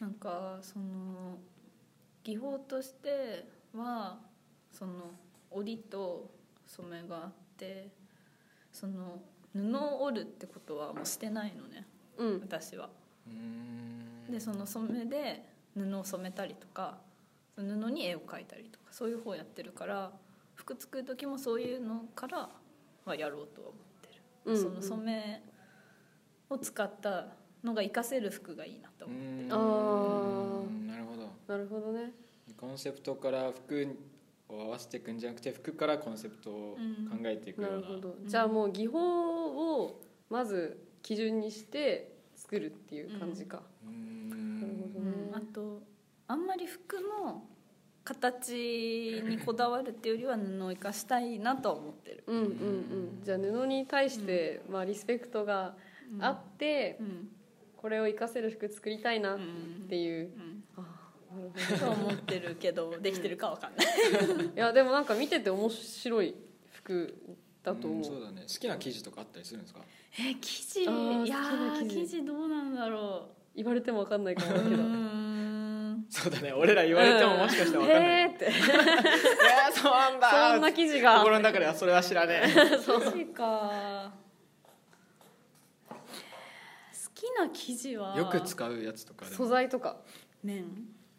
なんかその技法としてはその織りと染めがあってその布を織るってことはもうしてないのねうん私は。うーんでその染めで布を染めたりとか布に絵を描いたりとかそういう方やってるから服作る時もそういうのからはやろうとは思ってる、うんその染めを使ったのが活かせる服がいいなとう思う、ーんあーなるほどなるほどねコンセプトから服を合わせていくんじゃなくて服からコンセプトを考えていくよなうな,、るほどうんじゃあもう技法をまず基準にして作るっていう感じか、うーなるんほどね、あとあんまり服の形にこだわるっていうよりは布を生かしたいなとは思ってる、うんうんうんじゃあ布に対して、まあ、リスペクトがあって、うんこれを活かせる服作りたいなっうんていう、うあんーなるとは思ってるけどできてるかわかんないほどいやでもなんか見てて面白い服だとうん思う,、そうだね好きな記事とかあったりするんですかえ生地いあー好やきーな生生地地どうなんだろ言われても分かんないかもだ うけどんそうだね俺ら言われてももしかしたら分かんない、えーってえー、そうなんだそんな記事が心の中ではそれは知らねえ 生地か好きな生地はよく使うやつとかでも素材とか麺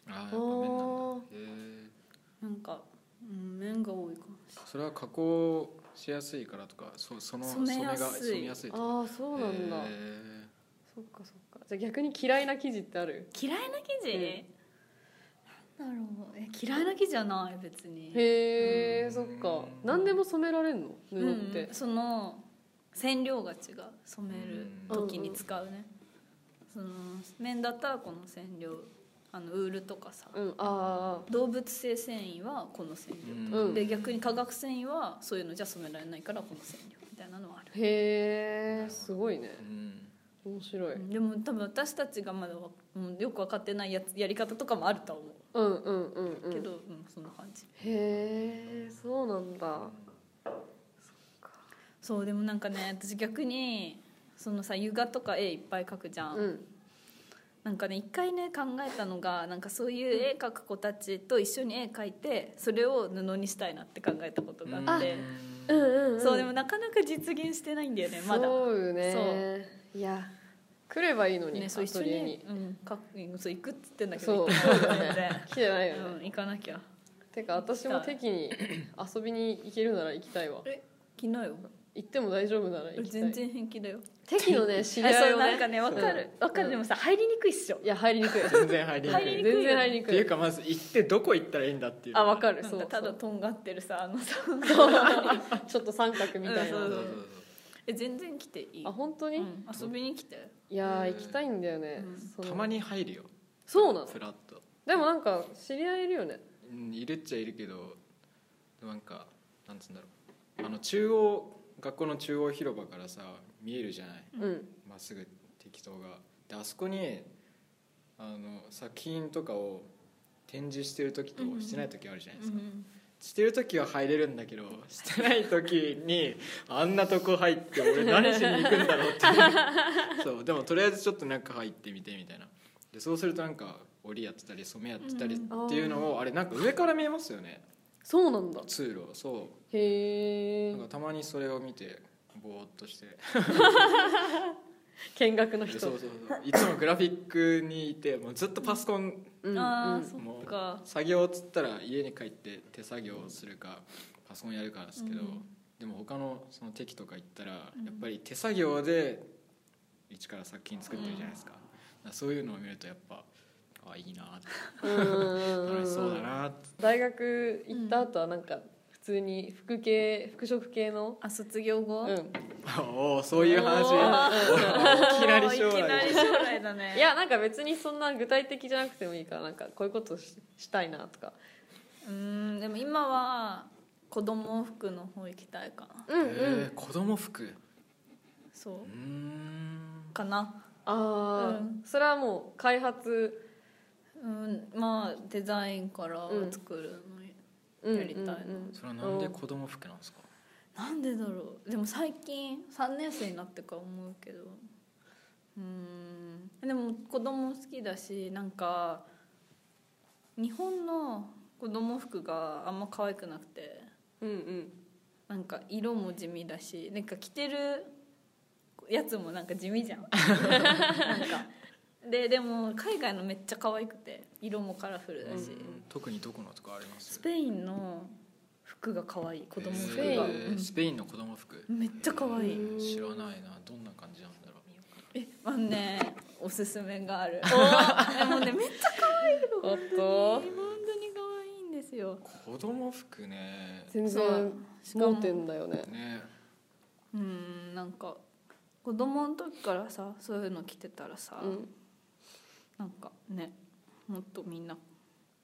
あーやっぱ麺なんだおへなんか、うん、麺が多いかもしえそれは加工しやすいからとかそその染めやすい染めが染めやすいとかああそうなんだ、へえそっかそっかじゃあ逆に嫌いな記事ってあるれない嫌いな生地、なんだろうえ嫌いな生地じゃない別にへうえんそっか何でも染められんの布って、うん、その染料が違う染める時に使うね、その綿だったらこの染料あのウールとかさ、うんあ動物性繊維はこの染料とか、うんで逆に化学繊維はそういうのじゃ染められないからこの染料みたいなのはあるあへえすごいねうん面白い、でも多分私たちがまだわうんよく分かってないやつやり方とかもあるとは思うん、うんうんううんけど、うんそんな感じへえそうなんだそうでもなんかね私逆にそのさ油画とか絵いっぱい描くじゃん、うんなんかね一回ね考えたのがなんかそういう絵描く子たちと一緒に絵描いてそれを布にしたいなって考えたことがあって、うんうん、うん、そうでもなかなか実現してないんだよねまだ。そうよねいや来ればいいのに、ね、そアう一緒トリエにに、うん、かうんそう行くっつってんだけそどう行かない全 然来てないよね、うん、行かなきゃてか私も適宜遊びに行けるなら行きたいわ昨日よ行っても大丈夫なら行きたい全然平気だよ適の ねえ知りそう合いをなんかねねわかるわかうるんでもさ入りにくいっしょいや入りにくい全然入りにく入りいっにくい全然入りにてくいういかまず行ってどこ行ったらいいんだっていうあわかるなそんうかただそとんがってるさあの さうちょっと三角みたいな、うんそううそうそうえ全然来ていいあ本当に、うん遊びに来ていやー行きたいんだよね、うんそそうのたまに入るよそうなのフラッとでもなんか知り合いいるよねうんいるっちゃいるけどなんかなんつうんだろうあの中央学校の中央広場からさ見えるじゃないうん、まっすぐ適当がであそこにあの作品とかを展示してる時とうんうんしてない時あるじゃないでうすか、んしてる時は入れるんだけどしてない時にあんなとこ入って俺何しに行くんだろうって いうそうでもとりあえずちょっと中入ってみてみたいなでそうするとなんか織りやってたり染めやってたりっていうのを、あれなんか上から見えますよねそうなんだ通路そへえうなんかたまにそれを見てぼーっとして見学のそう人そうそういつもグラフィックにいてもうずっとパソコンうんああ、うんそっか作業っつったら家に帰って手作業するかパソコンやるかですけど、うんでも他のその適とか行ったらやうんっぱり手作業で一から作品作ってるじゃないですか,、そういうのを見るとやっぱあいいなってうんうんうん楽しそうだんなって、大学行った後はなんか普通に服系服飾系のあ卒業後、うんおーおおそういう話おーいきなり将いきなり来将来だねいやなんか別にそんな具体的じゃなくてもいいからなんかこういうことししたいなとかうんでも今は子供服の方行きたいかなうんうん、えー子供服うそーんうかなああ、うんそれはもう開発うんまあデザインから作るのに、うんやりたいなうんうんそれはなんで子供服なんですかなんでだろうでも最近3年生になってから思うけどううんでも子供好きだしなんか日本の子供服があんま可愛くなくてうんうんなんか色も地味だしなんか着てるやつもなんか地味じゃんなんかででも海外のめっちゃ可愛くて色もカラフルだし、うんうん特にどこのとかありますスペインの服が可愛い子供服が、えがースペインの子供服めっちゃ可愛いえー知らないなどんな感じなんだろえあのねおすすめがあ るえもうねめっちゃ可愛いのお本っと当に本当に可愛いんですよう子供服ね全然盲点だよねねうんなんか子供の時からさそういうの着てたらさ、うんなんかねもっとみんな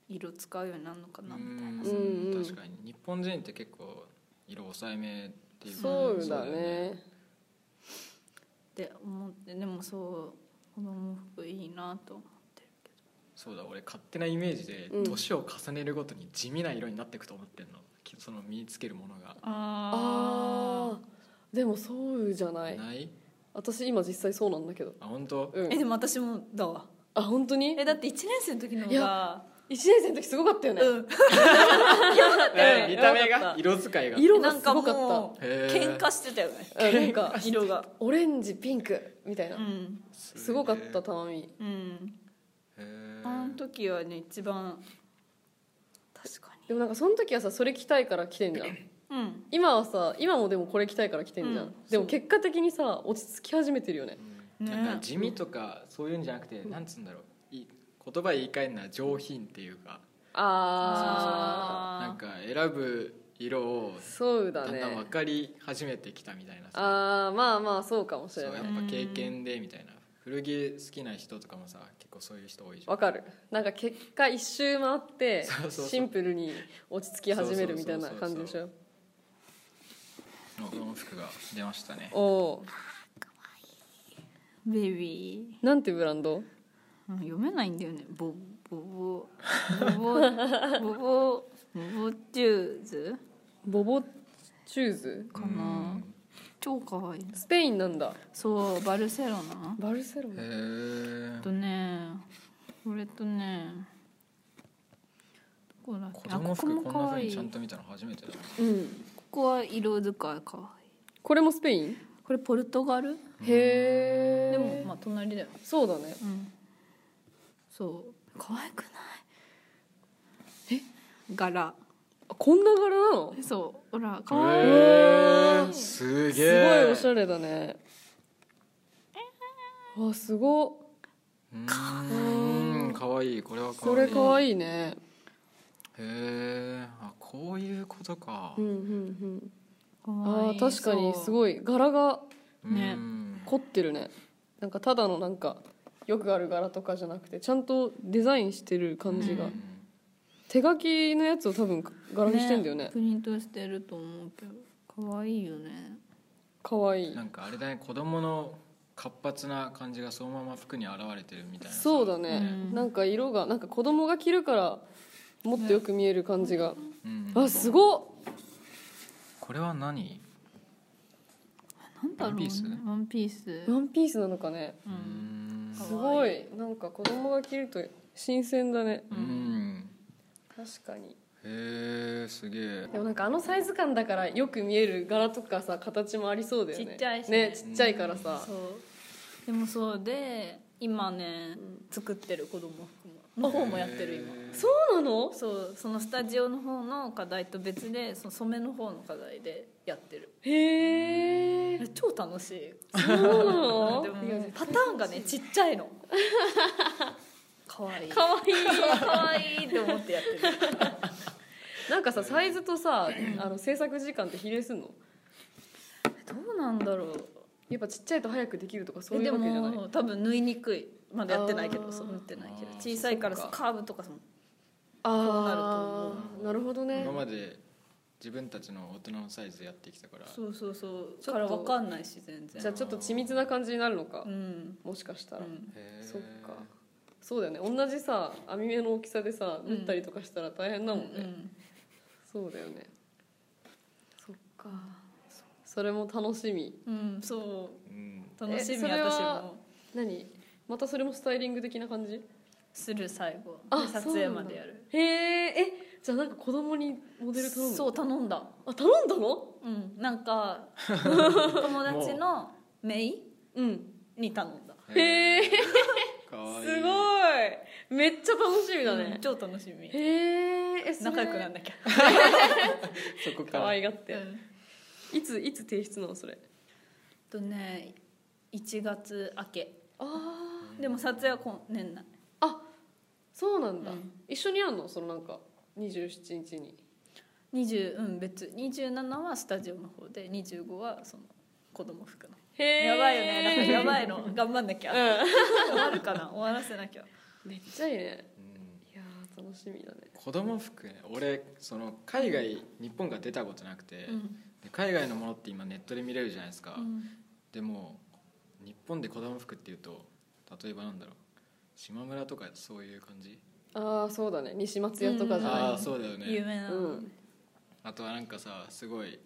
色使うようになるのかうなみたいな、うんんうん確かに日本人って結構色抑えめっていうかそうだねって思ってでもそう子供服いいなと思ってるけそうだ俺勝手なイメージでうん年を重ねるごとに地味な色になっていくと思ってんのきその身につけるものがどああーでもそうじゃないない私今実際そうなんだけどあ本当うえんでも私もだわあ本当にえだって1年生の時の方が一年生の時すごかったよね うんえー見た目よかがった色使いが色ながんすかごかったもうへー喧嘩してたよねうんなんか色がオレンジピンクみたいうなんすごかったとたまみうんあの時はね一番確かでもなんかその時はさそれ着たいから着てんじゃ んにうん今はさ今もでもこれ着たいから着てんじゃん、うんでも結果的にさ落ち着き始めてるよねねなんか地味とかそういうんじゃなくてなんつうんだろうい言葉言い換えるのは上品っていうかあなんか選ぶ色をーそうだだんねだん分かり始めてきたみたいなさあーまあまあそうかもしそうれやっないぱ経験でみたいな古着好きな人とかもさ結構そういう人多いじゃんわかるなんか結果一周回ってそうそうそうシンプルに落ち着き始めるみたいな感じでしょあこの服が出ましたねおおベビーなんてブランドーうん読めないんだよねボボボ ボボボボボボチューズボボチューズかな超可愛いスペインなんだそうバルセロナバルセロへナえとねこれとねどこだっけ子供服あここんこもな可ふう愛にいちゃんと見たの初めてだうんここは色使い可愛いこれもスペインこれポルトガルへえでもまあ隣だよそうだねうんそう可愛くないえ柄あこんな柄なのそうほら可愛いへえすげすえごいおしゃれだねわすごうーんかわいいこれはかそわいれいかわいいねへえあこういうことかうんうん可うんあ愛いー確かにすいごい柄がねうん凝ってるねなんかただのなんかよくある柄とかじゃなくてちゃんとデザインしてる感じが、ううん手書きのやつを多分柄にしてんだよねプリントしてると思うけど可愛いよねかわいいなんかあれだね子供の活発な感じがそのまま服に現れてるみたいなさそうだね、うんなんか色がなんか子供が着るからもっとよく見える感じが、うんあすごっこれは何なんだろうワンねピースワンピースワンピースなのかねううんんすごいなんか子供が着ると新鮮だねうん確かにへえすげえでもなんかあのサイズ感だからよく見える柄とかさ形もありそうだよねちっちゃいしねねちっちゃいからさ、そうでもそうで今ねうん作ってる子供服もの方もやってる今そうなのそうそのスタジオの方の課題と別でその染めの方の課題でやってるへえ超楽しいそうなのでもパターンがねちっちゃいの可愛いか わいい可愛いって思ってやってるなんかさサイズとさあの制作時間って比例すんのどうなんだろうやっぱちっちゃいと早くできるとかそうえいでうわけじゃないも多分縫いにくいまだやってないけあどーそう縫ってないけどあー小さいからそっかカーブとかそのうなるとあ思あなるほどね今まで自分たちの大人のサイズでやってきたからそうそうそうちょっとから分かんないし全然じゃあちょっと緻密な感じになるのかうん、もしかしたうらん、へーそっかそうだよね同じさ網目の大きさでさうん縫ったりとかしたら大変だもんね、うんそうだよねそっかそれも楽しみうん、そううん楽しえみそれは私も何またそれもスタイリング的な感じする最後あで撮影までやるへええじゃあなんか子供にモデル頼むそう頼んだあ頼んだのうんなん か友達のメイうんに頼んだへえかわいい すごいめっちゃ楽しみだうんね、超楽しみへええそれ仲良くなんなきゃそこから可愛がって、うんいついつ提出なのそれとね1月明けああでも撮影は今年内そうなんだ、うん一緒にやるのそのなんか27日に20うん別27はスタジオの方で25はその子供服のへやばいよねなん かやばい、いの頑張んなきゃう終わるかな終わらせなきゃん、めっちゃいいねうんいやー楽しみだね子供服ね俺その海外日本が出たことなくて、うんで海外のものって今ネットで見れるじゃないですか、うんでも日本で子供服っていうと例えばなんだろう島村とかそういう感じ、ああそうだね西松屋とかじゃあなあそうだよね有名いなうん、あとはなんかさすごい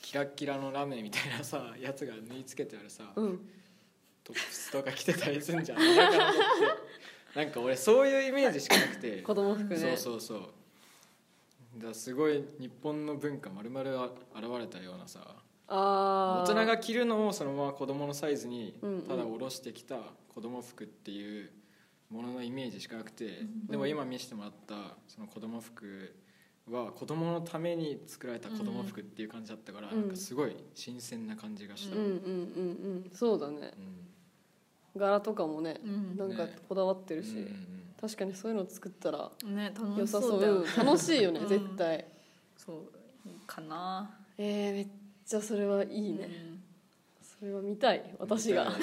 キラッキラのラメみたいなさ やつが縫い付けてあるさ、うん、トップスとか着てたりするんじゃん田舎の子ってなんか俺そういうイメージしかなくて子供服ねそうそうそうだからすごい日本の文化まるまる現れたようなさあ大あ人が着るのをそのまま子供のサイズにうんうんただ下ろしてきた子供服っていうもののイメージしかなくてんでも今見せてもらったその子供服は子供のために作られた子供服っていう感じだったからうんなんかすごい新鮮な感じがしうた、んうんうんうんそうだねうん柄とかもねう、んなんかねこだわってうんるし、確かにそういうの作ったらね楽良しさそそううだようん楽しいよね、うん絶対そうかなえー、めっちゃそれはいいね、それは見たい私がうん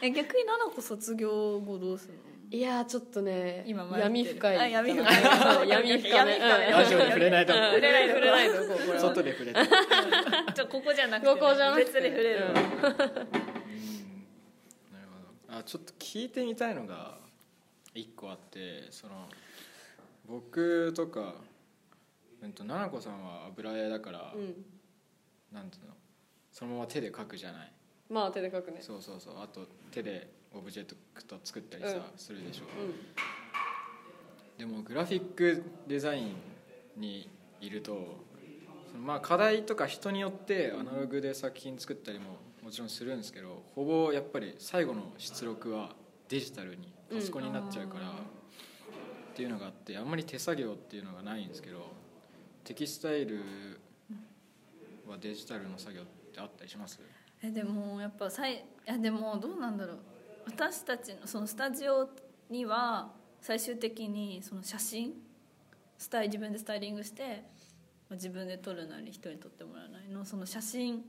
え逆に奈々子卒業後どうするのいやーちょっとね今迷ってる闇深いあ闇深いそう闇深ね闇深ねうんラジオに触れないとうん触れない触れないとこうこれは外で触れてる、じゃあここじゃなくてここじゃなくて別で触れるうんうんなるほどあちょっと聞いてみたいのが一個あってその僕とか、うん、と奈々子さんは油絵だから、うんなんていうのそのまま手で描くじゃないまあ手で書くねそうそうそうあと手でオブジェクト作ったりさ、うんするでしょうんでもグラフィックデザインにいるとそのまあ課題とか人によってアナログで作品作ったりももちろんするんですけどほぼやっぱり最後の出力はデジタルにパソコンになっちゃうから、うんっていうのがあってあんまり手作業っていうのがないんですけどテキスタイルはデジタルの作業ってあったりしますえでもやっぱさいいやでもどうなんだろう私たちのそのスタジオには最終的にその写真スタイ自分でスタイリングしてまあ自分で撮るなり人に撮ってもらうなりのその写真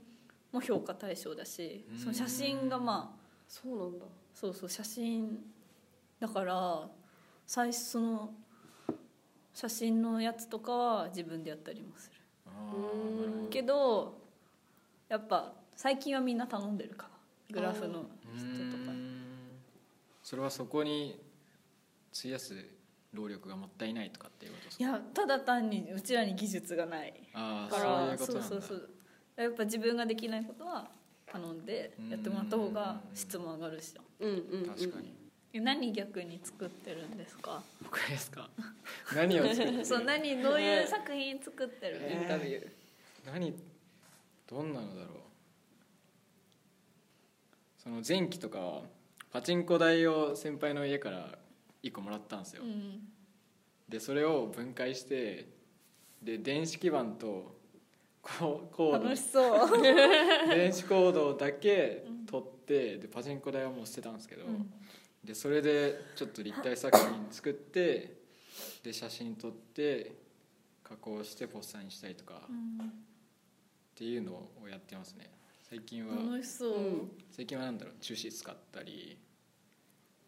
も評価対象だしうんその写真がまあそうなんだそうそう写真だから最初その写真のやつとかは自分でやったりもするあうーんーなるほどけどやっぱ最近はみんな頼んでるかなグラフの人とかうーんそれはそこに費やす労力がもったいないとかっていうことですいかやただ単にうちらに技術がないあだからあそういうことなんだそうそうそうやっぱ自分ができないことは頼んでやってもらった方が質も上がるしうんうん、うん、確かにえ何逆に作ってるんですか僕ですか何を作って そう何どういう作品作ってるんイですンかタビュー、何どんなのだろうその前期とかはパチンコ台を先輩の家から1個もらったんですよ、うんでそれを分解してで電子基板とこうコード楽しそう、電子コードだけ取ってでパチンコ台は もう捨てたんですけど、うんでそれでちょっと立体作品作ってで写真撮って加工してポスターにしたりとかっうていうのをやってますね最近はん、楽しそう、うん最近はなんだろう樹脂使ったり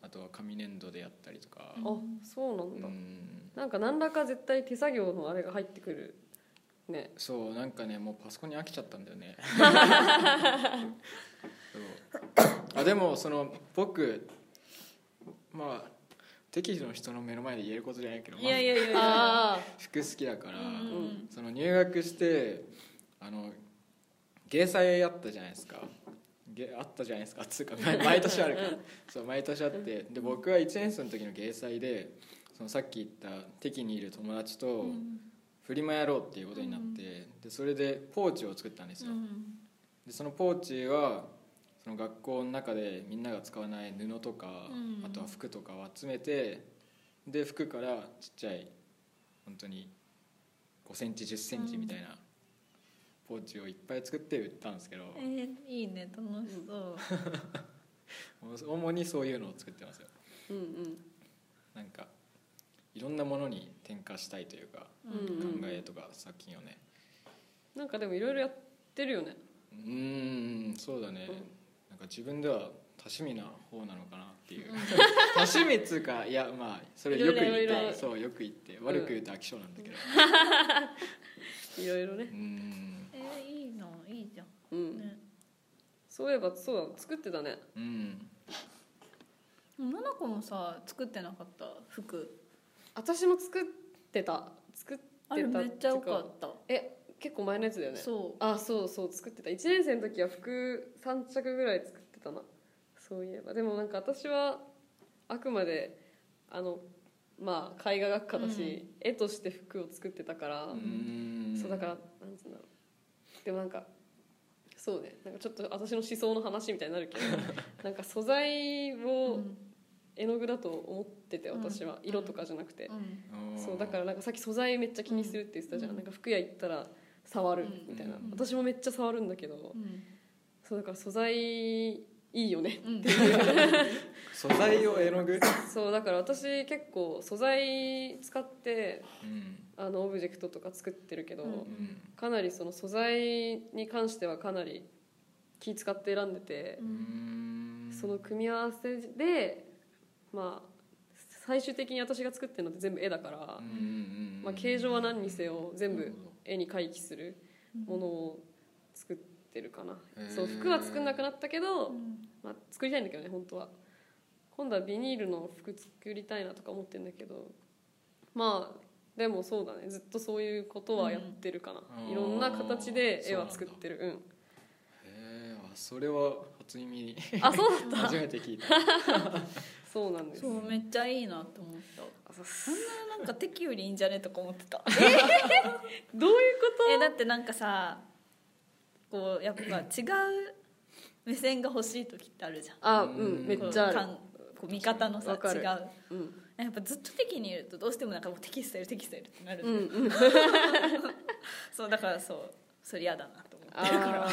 あとは紙粘土でやったりとかうんあそうなんだ、うんなんか何らか絶対手作業のあれが入ってくるねそうなんかねもうパソコンに飽きちゃったんだよね そうあでもその僕まあ適宜の人の目の前で言えることじゃないけど、まあいやいやいやいやあ服好きだから、うんその入学してあの芸祭やったじゃないですかげあったじゃないですかつうか毎毎年あるからうんそう毎年あってで僕は1年生の時の芸祭でそのさっき言った敵にいる友達とフリマやろうっていうことになって、でそれでポーチを作ったんですよ、でそのポーチはその学校の中でみんなが使わない布とか、うんあとは服とかを集めてで服からちっちゃい本当に5センチ1 0センチみたいなポーチをいっぱい作って売ったんですけど、えー、いいね楽しそう主にそういうのを作ってますようんうんなんかいろんなものに転化したいというかうんうん考えとか作品をねなんかでもいろいろやってるよねうーんそうだね、うんなんか自分では多趣味な方なのかなっていう 多趣味っつうかいやまあそれよく言っていろいろいろいろそうよく言って悪く言うと飽き性なんだけど、いろいろねうーんえー、いいないいじゃんうんねそういえばそうだ作ってたねうんななこもさ作ってなかった服私も作ってた作っあれ出ためっちゃ良かったえ結構前のやつだよねそあそうそう作ってた1年生の時は服3着ぐらい作ってたなそういえばでもなんか私はあくまであのまあ絵画学科だし、絵として服を作ってたから、うーんそうだからなんつうんだろうでもなんかそうねなんかちょっと私の思想の話みたいになるけど なんか素材うをん絵の具だと思ってて私は、うん色とかじゃなくて、うんおーそうだからなんかさっき素材めっちゃ気にするって言ってたじゃん、うんなんか服屋行ったら触るうんみたいな、うん私もめっちゃ触るんだけど、うんそうだから素材いいよねうん素材を絵の具、そうだから私結構素材使ってうんあのオブジェクトとか作ってるけど、うんうんかなりその素材に関してはかなり気使って選んでてう、うんーんその組み合わせでまあ最終的に私が作ってるのって全部絵だから、うんうんうんまあ、形状は何にせよ全なる部ほど絵に回帰するものを作ってるかな、へーそう服は作んなくなったけど、うんまあ、作りたいんだけどね本当は今度はビニールの服作りたいなとか思ってんだけどまあでもそうだねずっとそういうことはやってるかな、うんいろんな形で絵あはー作ってるへーあそれは 初耳 うんあそうだった初めて聞いたそうなんですそうめっちゃいいなと思ったあそうそんななんか敵よりいいんじゃねとか思って たどういうえだってなんかさこうやっぱ違う目線が欲しい時ってあるじゃんあううんんめっちゃあこるうかんこう見方のさわか違るううんやっぱずっと敵にいるとどうしてもなんかもう敵スタイル敵スタイルってなる、うんうん そうだからそうそれ嫌だなと思ってあ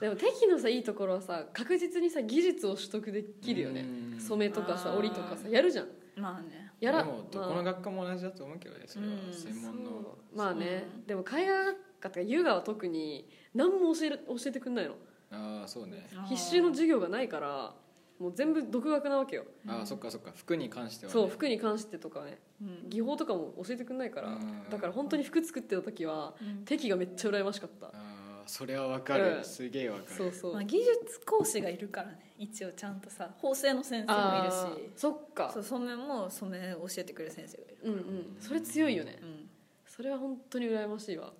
ー でも敵のさいいところはさ確実にさ技術を取得できるよねうん染めとかさあー織りとかさやるじゃんまあねやらでもどまこのあ学科も同じだと思うけどねそれはうん専門の、そうまあねそうでも絵画学科とか優雅は特に何も教える教えてくんないのああそうね必修の授業がないからもう全部独学なわけよああそっかそっか服に関しては、ね、そう服に関してとかねうん技法とかも教えてくんないからうんだから本当に服作ってた時はうん敵がめっちゃ羨ましかったああそれはわかる、うんすげえわかるそうそうまあ、技術講師がいるからね一応ちゃんとさ縫製の先生あもいるーしそっかそう染めも染め教えてくれる先生がいる、うんうんそれ強いよねうんそれは本当に羨ましいわ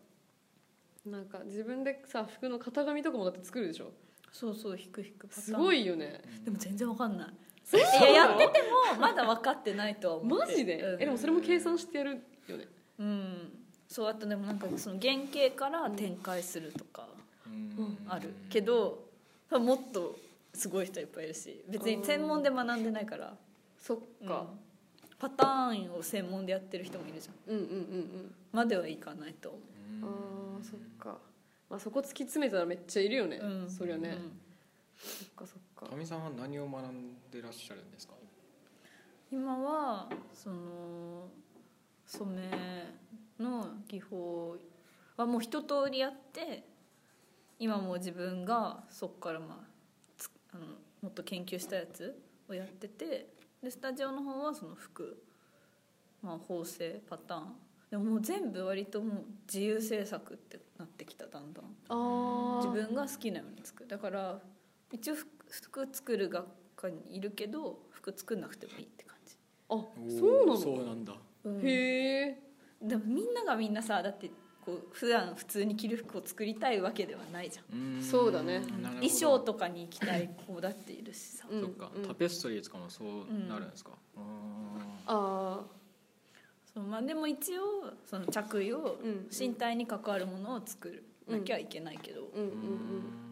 なんか自分でさ服の型紙とかもだって作るでしょそうそうひくひくパターンすごいよねでも全然わかんないそういややっててもまだ分かってないとは思ってマジで、うん、えでもそれも計算してやるよねうんそうあとでもなんかその原型から展開するとかうんあるけど、もっとすごい人いっぱいいるし別に専門で学んでないから、そっうか、んパターンを専門でやってる人もいるじゃうんん、うんうんうんまではいかないと思ううんあーそっか、まあ、そこ突き詰めたらめっちゃいるよね、うんそりゃね、うんそっかそっかかみさんは何を学んでらっしゃるんですか今はその染めの技法はもう一通りやって今もう自分がそこからまあつあのもっと研究したやつをやっててでスタジオの方はその服、まあ、縫製パターンでももう全部割ともう自由制作ってなってきただんだんあー自分が好きなように作るだから一応服服作る学科にいるけど服作んなくてもいいって感じ、あそうなそのうなんだうんへえでもみんながみんなさだってこう普段普通に着る服を作りたいわけではないじゃんうんそうだねなるほど衣装とかに行きたい子だっているしさうんそっか、うんタペストリーとかもそうなるんですか、あそうまあ、でも一応その着衣をうん身体に関わるものを作るうんなきゃいけないけど、うんうんううんん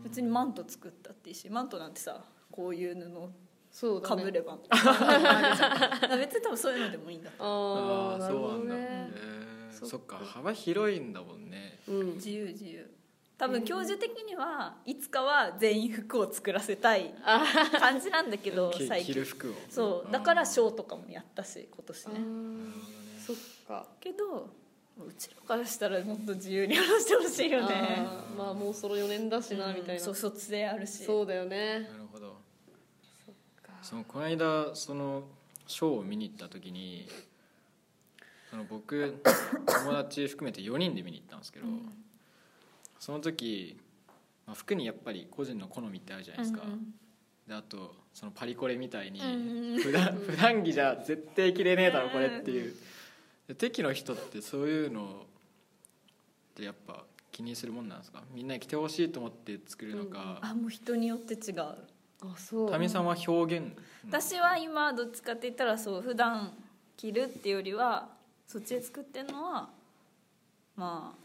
別にマント作ったっていいしマントなんてさこういう布をそうかだぶねれば、あ 別に多分そういうのでもいいんだああああなそるうほなどんだ、へねえそっかそっか幅広いんだもんねうん自由自由多分教授的にはいつかは全員服を作らせたい感じなんだけ どき最着近る服をそうだからショーとかもやったし今年あねなるーほどねそっかけどうちらからしたらもっと自由に話してほしいよねあーまあもうその4年だしなみたいなそう卒であるしそうだよねなるほどそのこの間そのショーを見に行った時にその僕友達含めて4人で見に行ったんですけど、うんその時、まあ、服にやっぱり個人の好みってあるじゃないですか、であとそのパリコレみたいにうん普段普段着じゃ絶対着れねえだろこれっていうで敵の人ってそういうのってやっぱ気にするもんなんですかみんなに着てほしいと思って作るのかあもう人によって違うあそうタミさんは表現私は今どっちかって言ったらそう普段着るっていうよりはそっちで作ってるのはまあ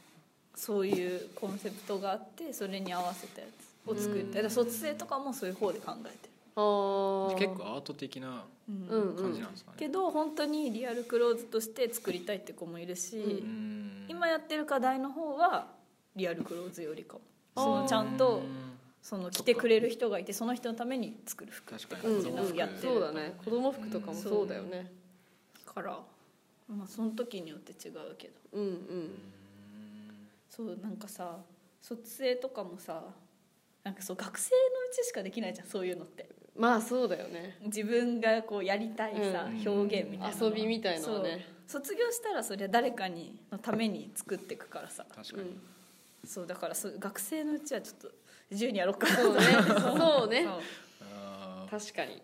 そういうコンセプトがあってそれに合わせたやつを作っうんただから卒生とかもそういう方で考えてあー結構アート的なる、うんうん感じなんですかねけど本当にリアルクローズとして作りたいって子もいるし、ううん今やってる課題の方はリアルクローズよりかもそのちゃんうとんその着てくれる人がいてその人のために作る服確かにうん子供服やってるそうだね子供服とかもそうだよねからまあその時によって違うけどうんうん、そうなんかさ卒生とかもさなんかそう学生のうちしかできないじゃんそういうのってまあそうだよね自分がこうやりたいうさ、ん表現みたいなの遊びみたいなのね卒業したらそりゃ誰かにのために作っていくからさ確うかにんそうだからそう学生のうちはちょっと自由にやろうかそうねそうねそうあー確かにい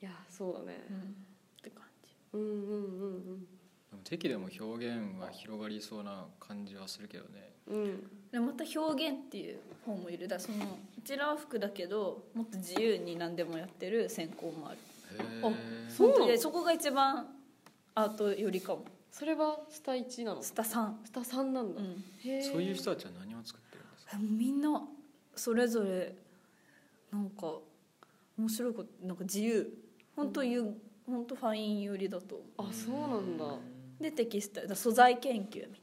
やそうだねうんって感じうんうんうんでも適でも表現は広がりそうな感じはするけどねうんうんでまた表現っていう方もいるだからそのうちらは服だけどもっと自由に何でもやってる専攻もあへるえそうなの本当にそこが一番アートよりかもそれはスタ1なのスタさんスタ3なんうだ、んへえそういう人たちは何を作ってるんですかえみんなそれぞれなんか面白いことなんか自由本当ゆ、本当ファイン寄りだと思あそうなんだうでテキストだから素材研究みたいな感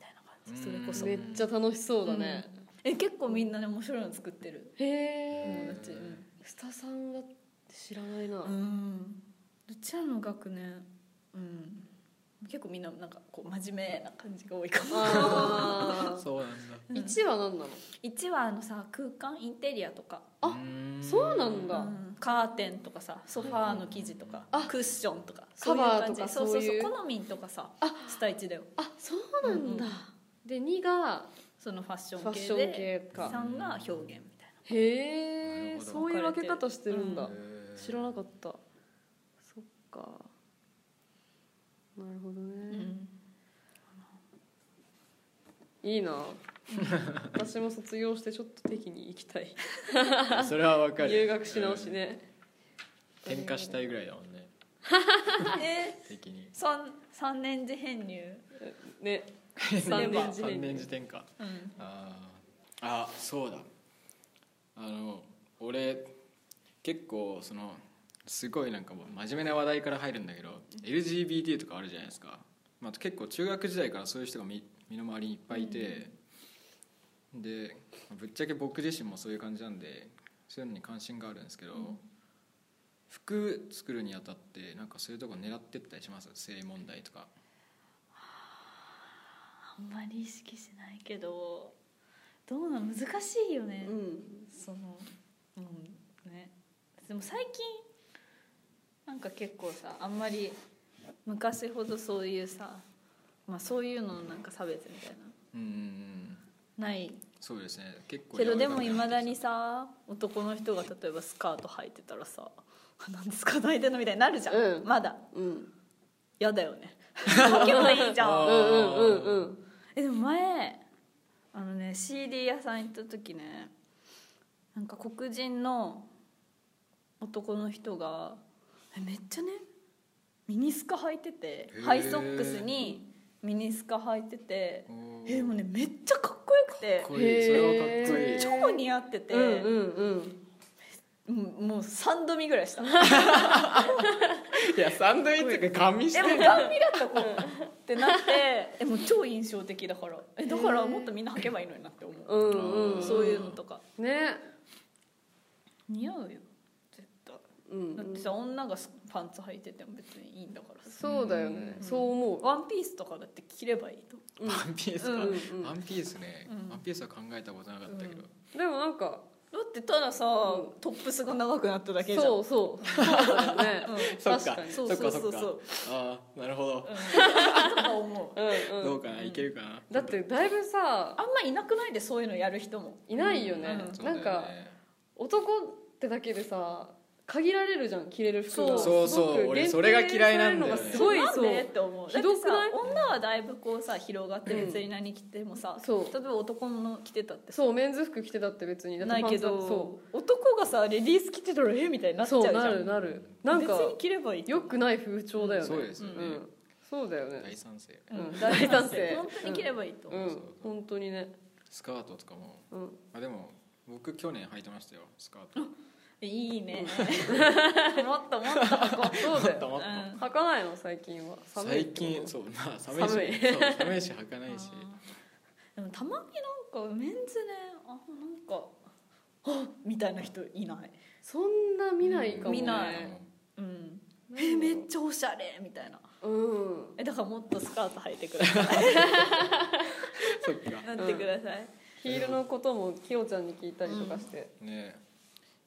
じそれこそうんめっちゃ楽しそうだね、え結構みんなね面白いの作ってるへ友え達うんスタ3だって知らないな、うんどちらの学年うん結構みんななんかこう真面目な感じが多いかもあーそうなんだ1は何なの1はあのさ空間インテリアとか、あうんそうなんだ、うんカーテンとかさソファーの生地とかあクッションとかカバーとそかういう感じそうそうそうそいうう好みとかさあスタイチだよあそうなんだ、うんで2がそのファッシフョァンッショ系ンで系か3が表現みたいなへなるえほどそういう分け方してるんだ、うへー知らなかったそっかなるほどうね、ん いいな私も卒業してちょっと適に行きたい それはわかる入学し直しね、うん転科したいぐらいだもんねえ的に三3年次編入ね三年次三年年次転科うんあーあそうだあの俺結構そのすごいなんか真面目な話題から入るんだけど LGBT とかあるじゃないですか、まあ、結構中学時代からそういう人がみ身の回りにいっぱいいて、でぶっちゃけ僕自身もそういう感じなんでそういうのに関心があるんですけど、うん服作るにあたってなんかそういうとこ狙ってったりします性問題とかあんまり意識しないけどどうなん難しいよね、うんそのうんねでも最近なんか結構さあんまり昔ほどそういうさ、まあ、そういうののなんか差別みたいうんなないそうですね結構けど柔らでかくなってもいきたまだにさ男の人が例えばスカート履いてたらさ 「何ですか泣いてんの?」みたいになるじゃん、うんまだうん 嫌だよね履けばいいじゃあんーうんうんうん ええでも前あのね CD 屋さん行った時ねなんか黒人の男の人がえめっちゃねミニスカ履いててへーハイソックスにミニスカ履いてておーえもうねめっちゃかっこよくてかっこいいそれはかっこいへいー超似合ってて、うんうんうんうんもう3度見ぐらい したえもいやサンドイッチがガミしてうるガン見だったこれってなってえもう超印象的だからえだからもっとみんな履けばいいのになって思う、うんうんそういうのとかね似合うよ絶対うんだってさ女がパンツ履いてても別にいいんだからさそうだよねうんそう思うワンピースとかだって着ればいいとうんワンピースか、うんうんワンピースね、うんワンピースは考えたことなかったけど、でもなんかだってたださ、うトップスが長くなっただけじゃんそうそうそうだよねうん、そっ確かかにそうそっそかうそそうっそうかああなるほど、うんとか 思ううんうんどうかな、うんいけるかなだってだいぶさあんまいなくないでそういうのやる人もいないよねうんなんか男ってだけでさ限られるじゃん着れる服がそうすごくそう俺限定それが嫌いなんだよねされるのがすごいなんそうでって思うだひってどくさない女はだいぶこうさ広がって別に何着てもさ、そう例えば男の着てたってさそうメンズ服着てたって別にだってないけパンツだってそど男がさレディース着てたらえみたいになうっちそゃううじゃんなるなるなんか別に着ればいいよくない風潮だよねそうですよね、うん、そうだよね大賛成うんうん大大賛賛成成本当に着ればいいとう思う、そうそんう本当にねスカートとかも うんあでも僕去年履いてましたよスカートいいねもっともっとそうだよもっともっとうん履かないの最近は寒いっ最てこと近そうまあ寒いし寒いそう寒いし履かないしあーでもたまになんかメンズねあなんかあみたいな人いないそんな見ないかも、ね、見ないうんええめめっちゃおしゃれみたいなうんえだからもっとスカート履いてくださそっかいなってください、ヒールのこともキヨちゃんに聞いたりとかして、ねえ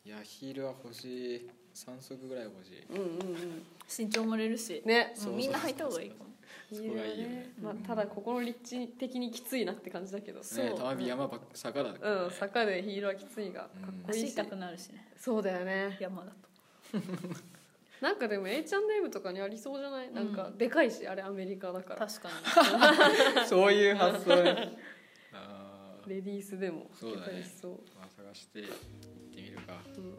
いやヒールは欲しい3足ぐらい欲しいうん、うんうん身長もれるし、ねそううんみんな履いた方がいいかもヒそーこルがはいいよねね、まあうん、ただ心立地的にきついなって感じだけどねたまび山ばっ坂だからうん坂でヒールはきついがかっこい足いし、痛くなるしねそうだよね山だとなんかでも H&M とかにありそうじゃないなんかうんでかいしあれアメリカだから確かそういう 発想ねあーレディースでもそうだねりそうまあ探して行ってみるかうん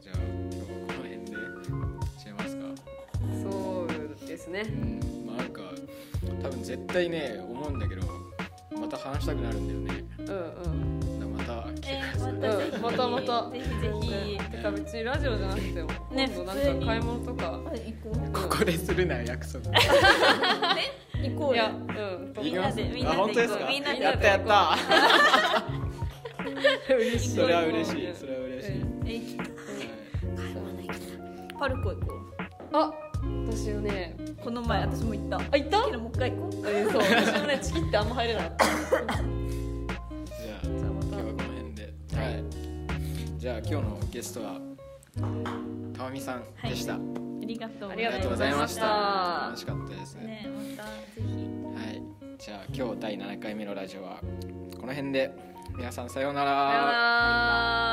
じゃあ今日はこの辺で締めますかそうですうねんまあなんか多分絶対ね思うんだけどまた話したくなるんだよねうんうんだからまた聞に、きえますー、またぜひまたまたぜひぜひねてか別にラジオじゃなくてもね今度な普通んにか買い物とかあ行こうここでするな約束行こうよいやうんといきかまなすでみんなであ行こう本当ですかみんなで行やこっうたやった嬉しいそれは嬉しいそれは嬉しい、うえーはいパルコ行こうあ私はねこの前私も行ったあ行ったけどもう一回行こうえーそう私もねチキってあんま入れなかったじじゃあゃあま今日はたこの辺ではいじゃあ今日のゲストはたまみさんでした、ありがとうあありりがとうございましありがとうございまた楽しかったです、ねまたぜひはいじゃあ今日第7回目のラジオはこの辺で皆さんさようなさようなら